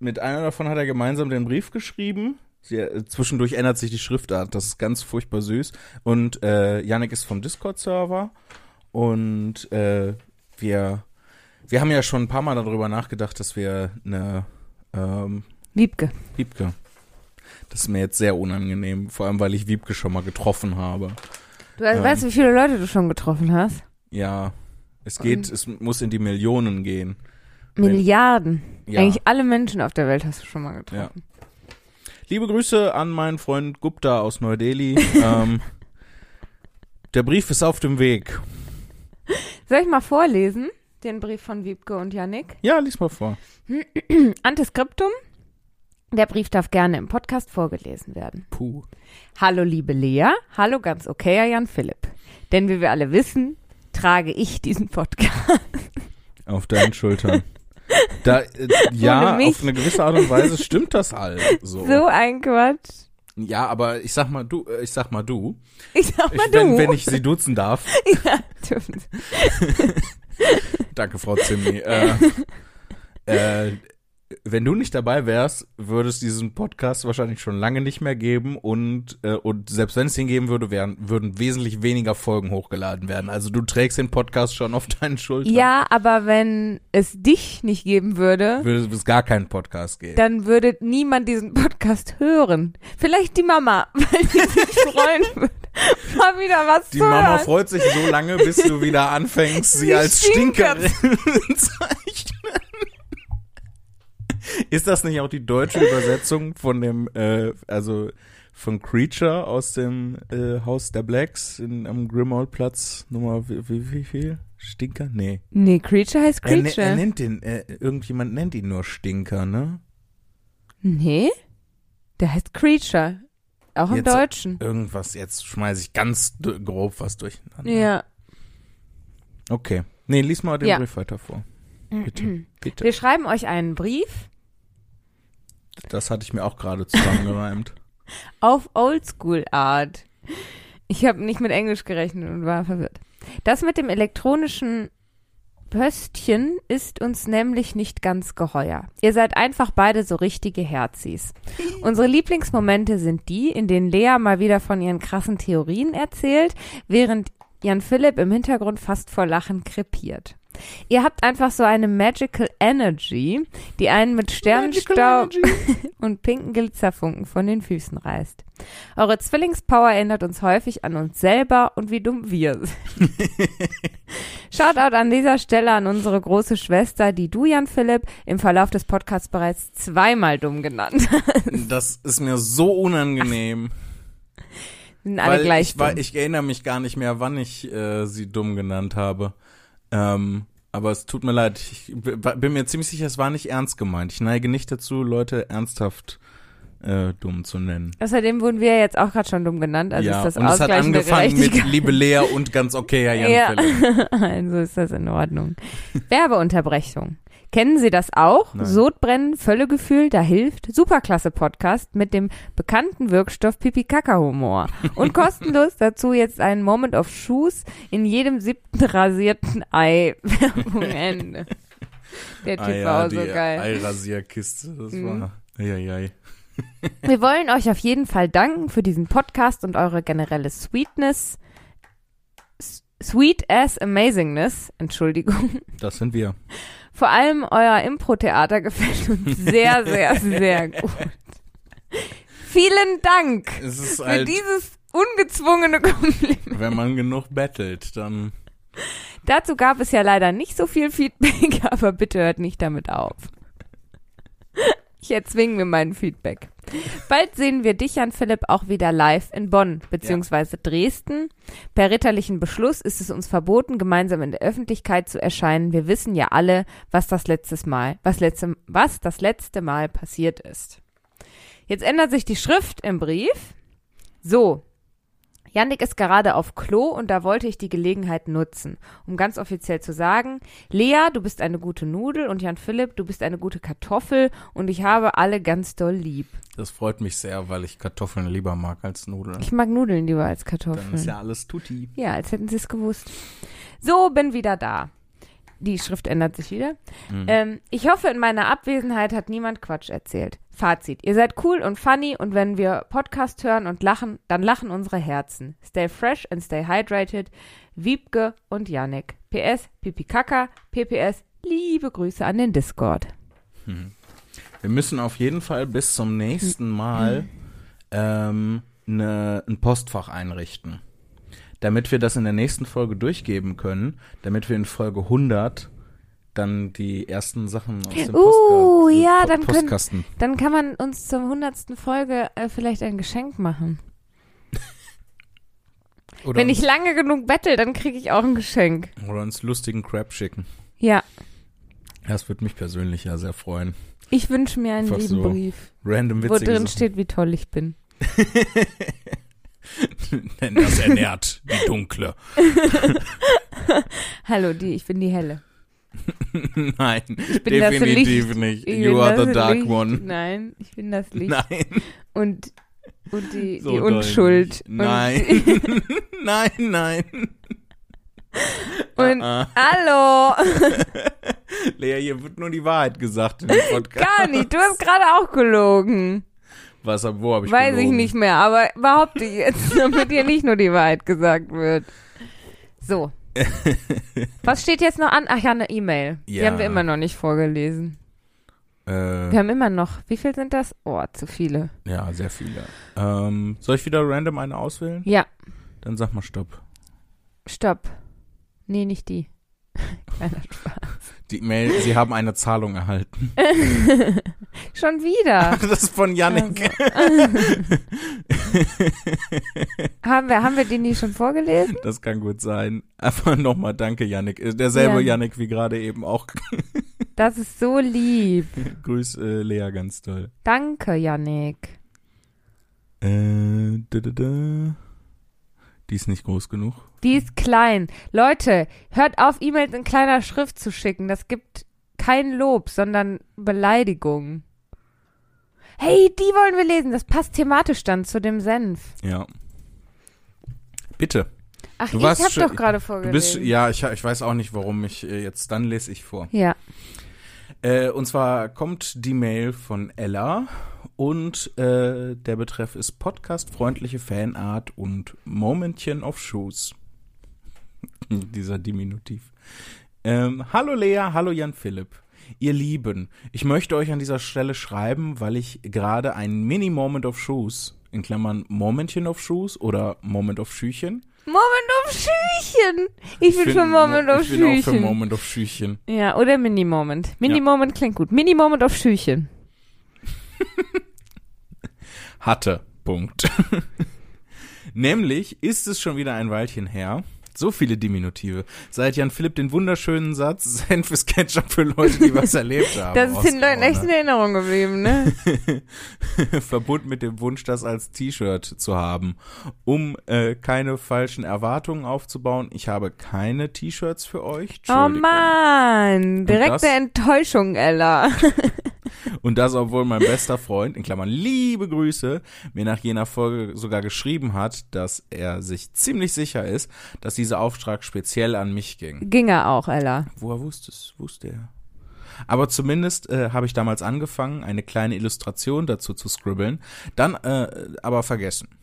Speaker 2: mit einer davon hat er gemeinsam den Brief geschrieben. Sie, äh, zwischendurch ändert sich die Schriftart, das ist ganz furchtbar süß. Und äh, Yannick ist vom Discord-Server. Und äh, wir, wir haben ja schon ein paar Mal darüber nachgedacht, dass wir eine ähm,
Speaker 1: Wiebke.
Speaker 2: Wiebke. Das ist mir jetzt sehr unangenehm, vor allem weil ich Wiebke schon mal getroffen habe.
Speaker 1: Du also,
Speaker 2: Ähm.
Speaker 1: weißt, wie viele Leute du schon getroffen hast?
Speaker 2: Ja, es geht, es muss in die Millionen gehen.
Speaker 1: Milliarden.
Speaker 2: Ja.
Speaker 1: Eigentlich alle Menschen auf der Welt hast du schon mal
Speaker 2: ja.
Speaker 1: getroffen.
Speaker 2: Liebe Grüße an meinen Freund Gupta
Speaker 1: <laughs>
Speaker 2: aus Neu-Delhi. ähm, der Brief ist auf dem Weg.
Speaker 1: Soll ich mal vorlesen? Den Brief von Wiebke und Yannick. <clears throat>
Speaker 2: Ja, lies mal vor.
Speaker 1: Antiskriptum. Der Brief darf gerne im Podcast vorgelesen werden.
Speaker 2: Puh.
Speaker 1: Hallo liebe Lea, hallo ganz okayer Jan Philipp. Denn wie wir alle wissen, trage ich diesen Podcast.
Speaker 2: Auf
Speaker 1: <laughs>
Speaker 2: deinen Schultern. Da, äh, ja,
Speaker 1: Ohne mich.
Speaker 2: auf eine gewisse Art und Weise stimmt das halt.
Speaker 1: <laughs>
Speaker 2: So.
Speaker 1: So ein Quatsch.
Speaker 2: Ja, aber ich sag mal du, äh, ich sag mal du.
Speaker 1: Ich sag
Speaker 2: Ich,
Speaker 1: mal
Speaker 2: wenn,
Speaker 1: du. <laughs>
Speaker 2: wenn ich sie duzen darf.
Speaker 1: Stimmt.
Speaker 2: Danke, Frau Zimni. Äh, äh, wenn du nicht dabei wärst, würde es diesen Podcast wahrscheinlich schon lange nicht mehr geben und, äh, und selbst wenn es ihn geben würde, wären, würden wesentlich weniger Folgen hochgeladen werden. Also du trägst den Podcast schon auf deinen Schultern.
Speaker 1: Ja, aber wenn es dich nicht geben würde,
Speaker 2: Würde es gar keinen Podcast geben.
Speaker 1: dann würde niemand diesen Podcast hören. Vielleicht die Mama, <laughs> weil sie sich freuen würde, mal wieder was
Speaker 2: Die
Speaker 1: zu
Speaker 2: Mama
Speaker 1: hören.
Speaker 2: freut sich so lange, bis du wieder anfängst, sie
Speaker 1: Sie
Speaker 2: als Stinkerin zu zeichnen. <laughs> Ist das nicht auch die deutsche Übersetzung von dem, äh, also von Creature aus dem äh, Haus der Blacks in, am Grimmauld-Platz Nummer wie, wie, wie viel? Stinker? Nee.
Speaker 1: Nee, Creature heißt
Speaker 2: Er, ne-
Speaker 1: Creature.
Speaker 2: er nennt den, äh, irgendjemand nennt ihn nur Stinker, ne?
Speaker 1: nee, der heißt Creature. Auch im
Speaker 2: Jetzt-
Speaker 1: Deutschen.
Speaker 2: Irgendwas, jetzt schmeiße ich ganz d- grob was durcheinander.
Speaker 1: Ja.
Speaker 2: Okay. Nee, lies mal den
Speaker 1: Ja. Mhm.
Speaker 2: Brief weiter vor. Bitte, bitte.
Speaker 1: Wir schreiben euch einen Brief
Speaker 2: Das hatte ich mir auch gerade zusammengereimt.
Speaker 1: auf Oldschool Art. Ich habe nicht mit Englisch gerechnet und war verwirrt. Das mit dem elektronischen Pöstchen ist uns nämlich nicht ganz geheuer. Ihr seid einfach beide so richtige Herzis. Unsere Lieblingsmomente sind die, in denen Lea mal wieder von ihren krassen Theorien erzählt, während Jan Philipp im Hintergrund fast vor Lachen krepiert. Ihr habt einfach so eine Magical Energy, die einen mit Sternenstaub und pinken Glitzerfunken von den Füßen reißt. Eure Zwillingspower erinnert uns häufig an uns selber und wie dumm wir sind.
Speaker 2: <laughs>
Speaker 1: Shoutout an dieser Stelle an unsere große Schwester, die du, Jan Philipp, im Verlauf des Podcasts bereits zweimal dumm genannt hast.
Speaker 2: <laughs> Das ist mir so unangenehm.
Speaker 1: Wir Sind alle
Speaker 2: weil
Speaker 1: gleich
Speaker 2: ich, war,
Speaker 1: dumm.
Speaker 2: ich erinnere mich gar nicht mehr, wann ich äh, sie dumm genannt habe. Ähm, aber es tut mir leid. Ich b- bin mir ziemlich sicher, es war nicht ernst gemeint. Ich neige nicht dazu, Leute ernsthaft äh, dumm zu nennen.
Speaker 1: Außerdem wurden wir jetzt auch gerade schon dumm genannt, also
Speaker 2: ja,
Speaker 1: ist das
Speaker 2: und es hat
Speaker 1: ausgleichende
Speaker 2: angefangen mit
Speaker 1: Gerechtigkeit.
Speaker 2: Liebe Lea
Speaker 1: <laughs>
Speaker 2: und ganz okay, Herr Jan
Speaker 1: Ja.
Speaker 2: Philipp.
Speaker 1: Also ist das in Ordnung. Werbeunterbrechung. Kennen Sie das auch?
Speaker 3: Nein.
Speaker 1: Sodbrennen, Völlegefühl, da hilft Superklasse Podcast mit dem bekannten Wirkstoff Pipi-Kaka-Humor. Und kostenlos dazu jetzt einen Moment of Shoes in jedem siebten rasierten Ei. <laughs> Werbung Ende. Der
Speaker 2: Ah
Speaker 1: Typ war auch so geil. Mhm.
Speaker 2: Eirasierkiste, das war. Eieiei.
Speaker 1: Wir wollen euch auf jeden Fall danken für diesen Podcast und eure generelle Sweetness. S- Sweet as Amazingness, Entschuldigung.
Speaker 2: Das sind wir.
Speaker 1: Vor allem euer Impro-Theater gefällt uns sehr, sehr, sehr gut. Vielen Dank
Speaker 2: Es ist
Speaker 1: für
Speaker 2: halt,
Speaker 1: dieses ungezwungene Kompliment.
Speaker 2: wenn man genug bettelt, dann.
Speaker 1: Dazu gab es ja leider nicht so viel Feedback, <laughs> aber bitte hört nicht damit auf. Ich erzwinge mir mein Feedback. Bald sehen wir dich, Jan Philipp, auch wieder live in Bonn beziehungsweise Dresden. Per ritterlichen Beschluss ist es uns verboten, gemeinsam in der Öffentlichkeit zu erscheinen. Wir wissen ja alle, was das letztes Mal, was letzte, was das letzte Mal passiert ist. Jetzt ändert sich die Schrift im Brief. So. Yannick ist gerade auf Klo und da wollte ich die Gelegenheit nutzen, um ganz offiziell zu sagen, Lea, du bist eine gute Nudel und Jan Philipp, du bist eine gute Kartoffel und ich habe alle ganz doll lieb.
Speaker 2: Das freut mich sehr, weil ich Kartoffeln lieber mag als Nudeln.
Speaker 1: Ich mag Nudeln lieber als
Speaker 2: Dann ist
Speaker 1: Kartoffeln.
Speaker 2: ja alles Tutti.
Speaker 1: Ja, als hätten sie es gewusst. So, bin wieder da. Die Schrift ändert sich wieder. Ähm, ich hoffe, in meiner Abwesenheit hat niemand Quatsch erzählt. Fazit. Ihr seid cool und funny und wenn wir Podcast hören und lachen, dann lachen unsere Herzen. Stay fresh and stay hydrated. Wiebke und Yannick. PS, Pipi Kaka, PPS, liebe Grüße an den Discord.
Speaker 2: Wir müssen auf jeden Fall bis zum nächsten Mal ähm, ne, ein Postfach einrichten. Damit wir das in der nächsten Folge durchgeben können, damit wir in Folge 100 dann die ersten Sachen aus dem
Speaker 1: Uh,
Speaker 2: Postka-
Speaker 1: ja,
Speaker 2: Po-
Speaker 1: dann können-
Speaker 2: Postkasten.
Speaker 1: Dann kann man uns zur hundertsten Folge äh, vielleicht ein Geschenk machen.
Speaker 2: Oder,
Speaker 1: Wenn ich lange genug bettel, dann kriege ich auch ein Geschenk.
Speaker 2: uns, oder uns lustigen Crap schicken.
Speaker 1: Ja,
Speaker 2: Das würde mich persönlich ja sehr freuen.
Speaker 1: ich wünsche mir einen
Speaker 2: Einfach
Speaker 1: lieben
Speaker 2: so
Speaker 1: Brief,
Speaker 2: Random
Speaker 1: wo
Speaker 2: witzige
Speaker 1: drin steht, wie toll ich bin.
Speaker 2: <laughs> Denn das ernährt die dunkle.
Speaker 1: Hallo, die, ich bin die helle.
Speaker 2: <laughs> Nein,
Speaker 1: bin das
Speaker 2: definitiv
Speaker 1: Licht.
Speaker 2: nicht.
Speaker 1: Ich
Speaker 2: You
Speaker 1: bin
Speaker 2: are
Speaker 1: das
Speaker 2: the dark
Speaker 1: Licht.
Speaker 2: one.
Speaker 1: Nein, ich bin das Licht.
Speaker 2: Nein,
Speaker 1: Und, und die,
Speaker 2: <laughs> So
Speaker 1: die
Speaker 2: doll
Speaker 1: Unschuld.
Speaker 2: nicht. Nein.
Speaker 1: <laughs>
Speaker 2: nein, nein.
Speaker 1: Und,
Speaker 2: <laughs>
Speaker 1: und
Speaker 2: Ah, ah. <laughs>
Speaker 1: hallo,
Speaker 2: Lea, hier wird nur die Wahrheit gesagt in dem
Speaker 1: <laughs>
Speaker 2: Podcast.
Speaker 1: gar nicht. Du hast gerade auch gelogen.
Speaker 2: Was, hab- wo habe ich
Speaker 1: Weiß
Speaker 2: gelogen?
Speaker 1: ich nicht mehr, aber behaupte ich jetzt, <laughs> damit dir nicht nur die Wahrheit gesagt wird. So. Was steht jetzt noch an? Ach ja, eine E-Mail. Die
Speaker 2: Ja.
Speaker 1: haben wir immer noch nicht vorgelesen. Wir
Speaker 2: <laughs> Äh,
Speaker 1: haben immer noch, wie viel sind das? Oh, zu viele.
Speaker 2: ja, sehr viele. Ähm, soll ich wieder random eine auswählen?
Speaker 1: Ja,
Speaker 2: Dann sag mal Stopp.
Speaker 1: stopp. Nee, nicht die. Kleiner Spaß.
Speaker 2: Die Mail, Sie haben eine Zahlung erhalten.
Speaker 1: <laughs> Schon wieder.
Speaker 2: <laughs> Das ist von Yannick.
Speaker 1: Also.
Speaker 2: <laughs>
Speaker 1: Haben wir, haben wir den die schon vorgelesen?
Speaker 2: Das kann gut sein. <laughs> Einfach nochmal danke, Yannick. Äh, Derselbe
Speaker 1: Ja.
Speaker 2: Yannick wie gerade eben auch. <laughs>
Speaker 1: Das ist so lieb.
Speaker 2: Grüß äh, Lea ganz toll.
Speaker 1: Danke, Yannick.
Speaker 2: Äh, da, da, da. Die ist nicht groß genug.
Speaker 1: Die ist klein. Leute, hört auf, E-Mails in kleiner Schrift zu schicken. Das gibt kein Lob, sondern Beleidigung. Hey, die wollen wir lesen. Das passt thematisch dann zu dem Senf.
Speaker 2: Ja. Bitte.
Speaker 1: Ach,
Speaker 2: Du
Speaker 1: ich
Speaker 2: warst
Speaker 1: hab
Speaker 2: schon-
Speaker 1: doch gerade
Speaker 2: Du
Speaker 1: vorgelesen.
Speaker 2: bist, ja, ich, ich weiß auch nicht, warum ich äh, jetzt, dann lese ich vor.
Speaker 1: ja.
Speaker 2: Äh, und zwar kommt die Mail von Ella und äh, der Betreff ist Podcast-freundliche Fanart und Momentchen auf Shoes. <laughs> Dieser Diminutiv. Ähm, hallo Lea, hallo Jan Philipp. Ihr Lieben, ich möchte euch an dieser Stelle schreiben, weil ich gerade einen Mini-Moment of Shoes, in Klammern Momentchen of Shoes oder Moment of Schüchen.
Speaker 1: Moment of Schüchen. Ich bin für Moment of
Speaker 2: ich bin auch für
Speaker 1: Schüchen.
Speaker 2: Moment of Schüchen.
Speaker 1: Ja, oder Mini-Moment. Mini-Moment klingt gut. Mini-Moment auf Schüchen.
Speaker 2: <laughs> hatte. Punkt. Nämlich ist es schon wieder ein Weilchen her, so viele Diminutive. Seit Jan Philipp den wunderschönen Satz, <laughs> Senf ist Ketchup für Leute, die was erlebt haben.
Speaker 1: Das ist den Leuten
Speaker 2: rausgehauen
Speaker 1: echt in Erinnerung geblieben,
Speaker 2: <laughs>
Speaker 1: ne?
Speaker 2: Verbund mit dem Wunsch, das als T-Shirt zu haben, um äh, keine falschen Erwartungen aufzubauen. Ich habe keine T-Shirts für euch.
Speaker 1: oh
Speaker 2: Entschuldigung.
Speaker 1: Mann,
Speaker 2: das-
Speaker 1: direkte Enttäuschung, Ella. <laughs>
Speaker 2: Und das, obwohl mein bester Freund, in Klammern liebe Grüße, mir nach jener Folge sogar geschrieben hat, dass er sich ziemlich sicher ist, dass dieser Auftrag speziell an mich ging.
Speaker 1: Ging er auch, Ella.
Speaker 2: Woher wusste es? Wusste er. Aber zumindest äh, habe ich damals angefangen, eine kleine Illustration dazu zu scribbeln, dann äh, aber vergessen. <laughs>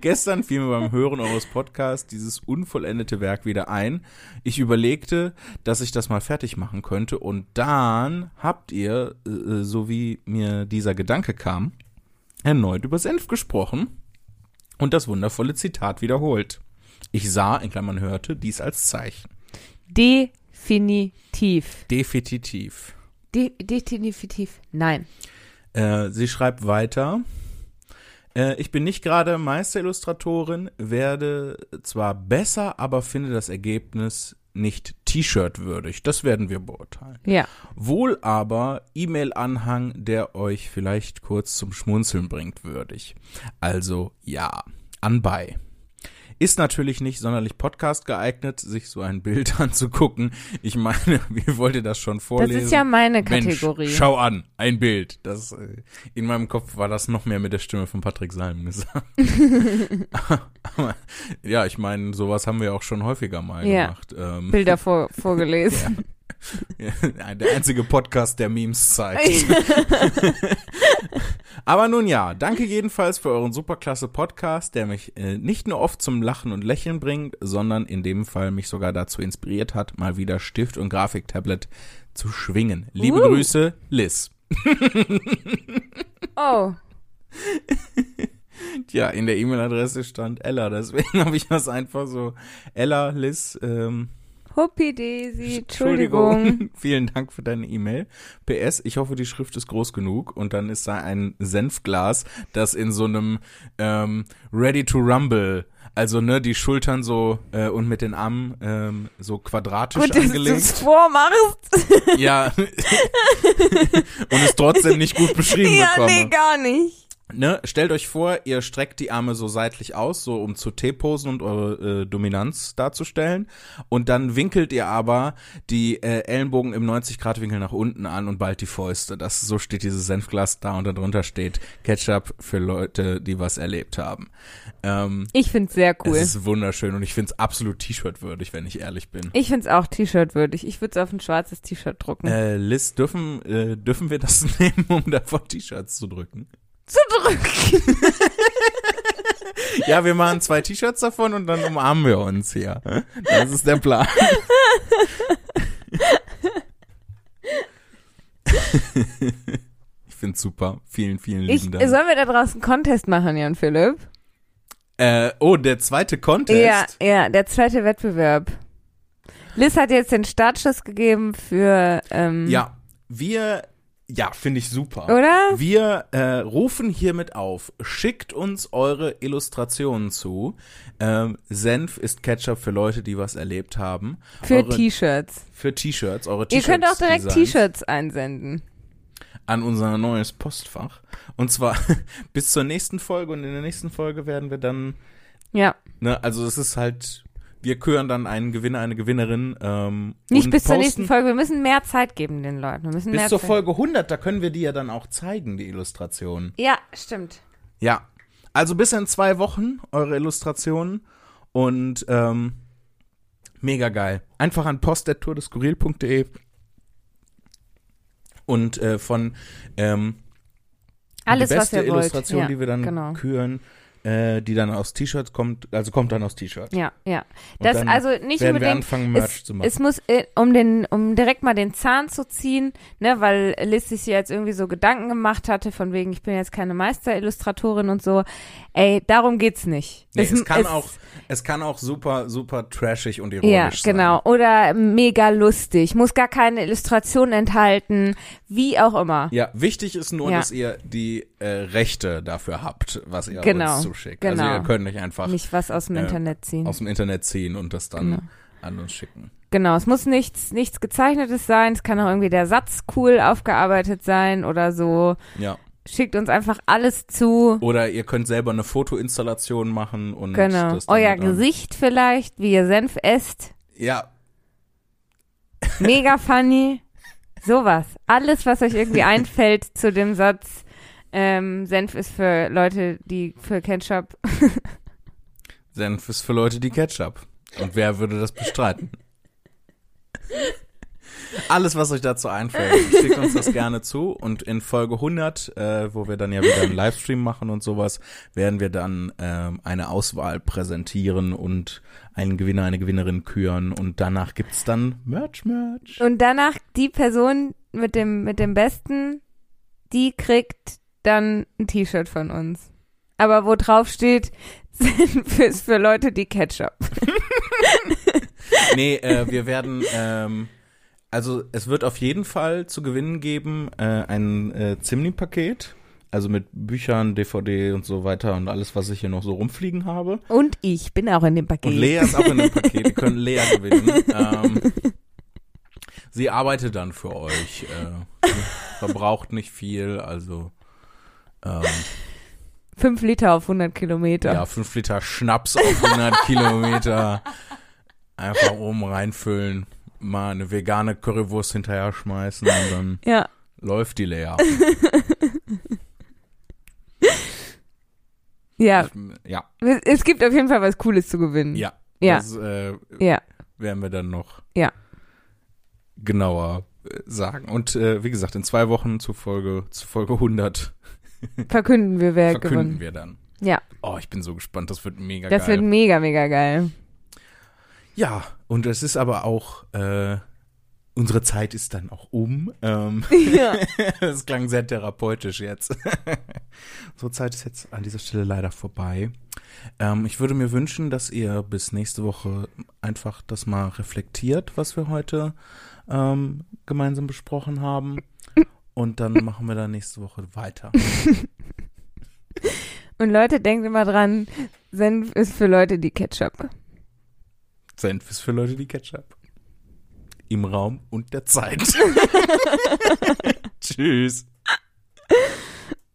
Speaker 2: Gestern fiel mir beim Hören eures Podcasts dieses unvollendete Werk wieder ein. Ich überlegte, dass ich das mal fertig machen könnte und dann habt ihr, äh, äh, so wie mir dieser Gedanke kam, erneut über Senf gesprochen und das wundervolle Zitat wiederholt. Ich sah, in Klammern hörte, dies als Zeichen.
Speaker 1: Definitiv.
Speaker 2: Definitiv.
Speaker 1: De definitiv. Nein.
Speaker 2: Äh, sie schreibt weiter. Äh, ich bin nicht gerade Meisterillustratorin, werde zwar besser, aber finde das Ergebnis nicht T-Shirt würdig. Das werden wir beurteilen.
Speaker 1: Ja.
Speaker 2: Wohl aber E-Mail-Anhang, der euch vielleicht kurz zum Schmunzeln bringt, würdig. Also ja, anbei. Ist natürlich nicht sonderlich Podcast geeignet, sich so ein Bild <laughs> anzugucken. Ich meine, <laughs> wie wollt ihr das schon
Speaker 1: Das
Speaker 2: vorlesen?
Speaker 1: ist ja meine
Speaker 2: Mensch,
Speaker 1: Kategorie.
Speaker 2: schau an, ein Bild. Das, äh, in meinem Kopf war das noch mehr mit der Stimme von Patrick Salm
Speaker 1: <laughs>
Speaker 2: gesagt. <laughs> Aber, ja, ich meine, sowas haben wir auch schon häufiger mal
Speaker 1: Ja.
Speaker 2: gemacht. Ähm,
Speaker 1: Bilder vor
Speaker 2: <laughs>
Speaker 1: vorgelesen.
Speaker 2: der einzige Podcast, der Memes zeigt. <laughs> Aber nun ja, danke jedenfalls für euren superklasse Podcast, der mich äh, nicht nur oft zum Lachen und Lächeln bringt, sondern in dem Fall mich sogar dazu inspiriert hat, mal wieder Stift und Grafiktablet zu schwingen. Liebe
Speaker 1: Uh.
Speaker 2: Grüße, Liz. <laughs>
Speaker 1: Oh.
Speaker 2: Ja, in der E-Mail-Adresse stand Ella, deswegen <laughs> habe ich das einfach so. Ella, Liz, ähm,
Speaker 1: Huppi Daisy, Entschuldigung.
Speaker 2: Entschuldigung. Vielen Dank für deine E-Mail. PS, ich hoffe, die Schrift ist groß genug und dann ist da ein Senfglas, das in so einem ähm, Ready to Rumble, also ne, die Schultern so äh, und mit den Armen ähm, so quadratisch
Speaker 1: Gut, dass du es <laughs>
Speaker 2: angelegt.
Speaker 1: vormachst.
Speaker 2: Ja. <laughs> und es trotzdem nicht gut beschrieben
Speaker 1: Ja,
Speaker 2: bekomme
Speaker 1: nee, gar nicht.
Speaker 2: ne, stellt euch vor, ihr streckt die Arme so seitlich aus, so um zu T-Posen und eure äh, Dominanz darzustellen. Und dann winkelt ihr aber die äh, Ellenbogen im 90-Grad-Winkel nach unten an und ballt die Fäuste. Das, so steht dieses Senfglas da und darunter steht Ketchup für Leute, die was erlebt haben. Ähm,
Speaker 1: Ich find's sehr cool.
Speaker 2: Es ist wunderschön und ich find's absolut T-Shirt-würdig, wenn ich ehrlich bin.
Speaker 1: Ich find's auch T-Shirt würdig. Ich würd's auf ein schwarzes T-Shirt drucken.
Speaker 2: Äh, Liz, dürfen, äh, dürfen wir das <laughs> nehmen, um davon T-Shirts zu drücken?
Speaker 1: Zu drücken.
Speaker 2: Ja, wir machen zwei T-Shirts davon und dann umarmen wir uns hier. Das ist der Plan. Ich find's super. Vielen, vielen
Speaker 1: Ich,
Speaker 2: lieben Dank.
Speaker 1: sollen wir da draußen einen Contest machen, Jan Philipp?
Speaker 2: Äh, oh, der zweite Contest.
Speaker 1: Ja, ja, der zweite Wettbewerb. Liz hat jetzt den Startschuss gegeben für, ähm,
Speaker 2: Ja, wir, ja, finde ich super.
Speaker 1: oder?
Speaker 2: Wir äh, rufen hiermit auf. Schickt uns eure Illustrationen zu. Ähm, Senf ist Ketchup für Leute, die was erlebt haben.
Speaker 1: Für
Speaker 2: eure,
Speaker 1: T-Shirts.
Speaker 2: für T-Shirts, eure
Speaker 1: Ihr
Speaker 2: T-Shirts.
Speaker 1: könnt auch direkt
Speaker 2: Designs.
Speaker 1: T-Shirts einsenden.
Speaker 2: an unser neues Postfach. Und zwar <laughs> bis zur nächsten Folge und in der nächsten Folge werden wir dann,
Speaker 1: Ja.
Speaker 2: ne, also es ist halt, wir küren dann einen Gewinner, eine Gewinnerin. Ähm,
Speaker 1: Nicht
Speaker 2: und
Speaker 1: bis zur
Speaker 2: posten-
Speaker 1: nächsten Folge. Wir müssen mehr Zeit geben den Leuten. Wir müssen
Speaker 2: Bis
Speaker 1: mehr
Speaker 2: zur
Speaker 1: Zeit.
Speaker 2: Folge 100, da können wir die ja dann auch zeigen, die Illustrationen.
Speaker 1: Ja, stimmt.
Speaker 2: Ja. Also bis in zwei Wochen eure Illustrationen und ähm, mega geil. Einfach an post.tourdeskurril.de und äh, von ähm,
Speaker 1: Alles,
Speaker 2: die
Speaker 1: was
Speaker 2: beste
Speaker 1: ihr wollt.
Speaker 2: Illustration,
Speaker 1: ja,
Speaker 2: die wir dann
Speaker 1: genau.
Speaker 2: küren, äh, die dann aus T-Shirt kommt, also kommt dann aus T-Shirt.
Speaker 1: Ja, ja.
Speaker 2: Und
Speaker 1: Das
Speaker 2: dann
Speaker 1: also nicht
Speaker 2: werden wir
Speaker 1: unbedingt.
Speaker 2: anfangen, Merch
Speaker 1: es,
Speaker 2: zu machen.
Speaker 1: es muss, äh, um den, um direkt mal den Zahn zu ziehen, ne, weil Liz sich ja jetzt irgendwie so Gedanken gemacht hatte, von wegen, ich bin jetzt keine Meisterillustratorin und so. Ey, darum geht's nicht.
Speaker 2: Nee, es, kann
Speaker 1: es-
Speaker 2: auch, es kann auch super, super trashig und ironisch
Speaker 1: Ja, genau. Oder mega lustig. Muss gar keine Illustration enthalten. Wie auch immer.
Speaker 2: sein. Ja, wichtig ist nur,
Speaker 1: Ja.
Speaker 2: dass ihr die äh, Rechte dafür habt, was ihr
Speaker 1: Genau.
Speaker 2: uns schickt.
Speaker 1: Genau.
Speaker 2: Also ihr könnt nicht einfach
Speaker 1: Nicht was aus dem
Speaker 2: Ja.
Speaker 1: Internet ziehen.
Speaker 2: aus dem Internet ziehen und das dann
Speaker 1: Genau.
Speaker 2: an uns schicken.
Speaker 1: Genau, es muss nichts, nichts gezeichnetes sein. Es kann auch irgendwie der Satz cool aufgearbeitet sein oder so.
Speaker 2: Ja.
Speaker 1: Schickt uns einfach alles zu.
Speaker 2: Oder ihr könnt selber eine Fotoinstallation machen und
Speaker 1: Genau.
Speaker 2: das dann
Speaker 1: Euer
Speaker 2: mit an-
Speaker 1: Gesicht vielleicht, wie ihr Senf esst.
Speaker 2: Ja, <laughs>
Speaker 1: Mega funny. Sowas. Alles, was euch irgendwie einfällt zu dem Satz. Ähm, Senf ist für Leute, die für Ketchup.
Speaker 2: Senf ist für Leute, die Ketchup. Und wer würde das bestreiten? Alles, was euch dazu einfällt, schickt uns das gerne zu. Und in Folge 100, äh, wo wir dann ja wieder einen Livestream machen und sowas, werden wir dann ähm, eine Auswahl präsentieren und einen Gewinner, eine Gewinnerin küren. Und danach gibt's dann Merch, Merch.
Speaker 1: Und danach die Person mit dem, mit dem Besten, die kriegt dann ein T-Shirt von uns. Aber wo drauf steht, <laughs> Senf ist für Leute, die Ketchup.
Speaker 2: Nee, äh, wir werden, ähm, also es wird auf jeden Fall zu gewinnen geben äh, ein äh, Zimni-Paket, also mit Büchern, DVD und so weiter und alles, was ich hier noch so rumfliegen habe.
Speaker 1: Und ich bin auch in dem Paket.
Speaker 2: Und Lea ist auch in dem Paket, ihr könnt Lea
Speaker 1: <laughs>
Speaker 2: gewinnen. Ähm, sie arbeitet dann für euch, äh, verbraucht nicht viel, also ähm,
Speaker 1: Fünf Liter auf 100 Kilometer.
Speaker 2: ja, 5 Liter Schnaps auf 100 Kilometer einfach oben reinfüllen. Mal eine vegane Currywurst hinterher schmeißen und dann
Speaker 1: Ja.
Speaker 2: läuft die leer.
Speaker 1: <laughs> Ja,
Speaker 2: ja,
Speaker 1: es gibt auf jeden Fall was Cooles zu gewinnen.
Speaker 2: ja.
Speaker 1: Ja.
Speaker 2: Das äh,
Speaker 1: Ja.
Speaker 2: werden wir dann noch
Speaker 1: Ja.
Speaker 2: genauer äh, sagen. Und äh, wie gesagt, in zwei Wochen zu Folge, zu Folge 100
Speaker 1: Verkünden wir, wer
Speaker 2: verkünden
Speaker 1: gewonnen
Speaker 2: wir dann.
Speaker 1: Ja.
Speaker 2: Oh, ich bin so gespannt. Das wird mega
Speaker 1: Das
Speaker 2: geil.
Speaker 1: wird mega, mega
Speaker 2: <laughs>
Speaker 1: geil.
Speaker 2: ja, und es ist aber auch, äh, unsere Zeit ist dann auch um. Ähm,
Speaker 1: Ja.
Speaker 2: <laughs> Das klang sehr therapeutisch jetzt. <laughs> so Zeit ist jetzt an dieser Stelle leider vorbei. Ähm, ich würde mir wünschen, dass ihr bis nächste Woche einfach das mal reflektiert, was wir heute ähm, gemeinsam besprochen haben. Und <laughs> dann machen wir dann nächste Woche weiter.
Speaker 1: Und Leute, denkt immer dran, Senf ist für Leute, die Ketchup.
Speaker 2: Senf ist für Leute, die Ketchup. <laughs> Im Raum und der Zeit. Tschüss.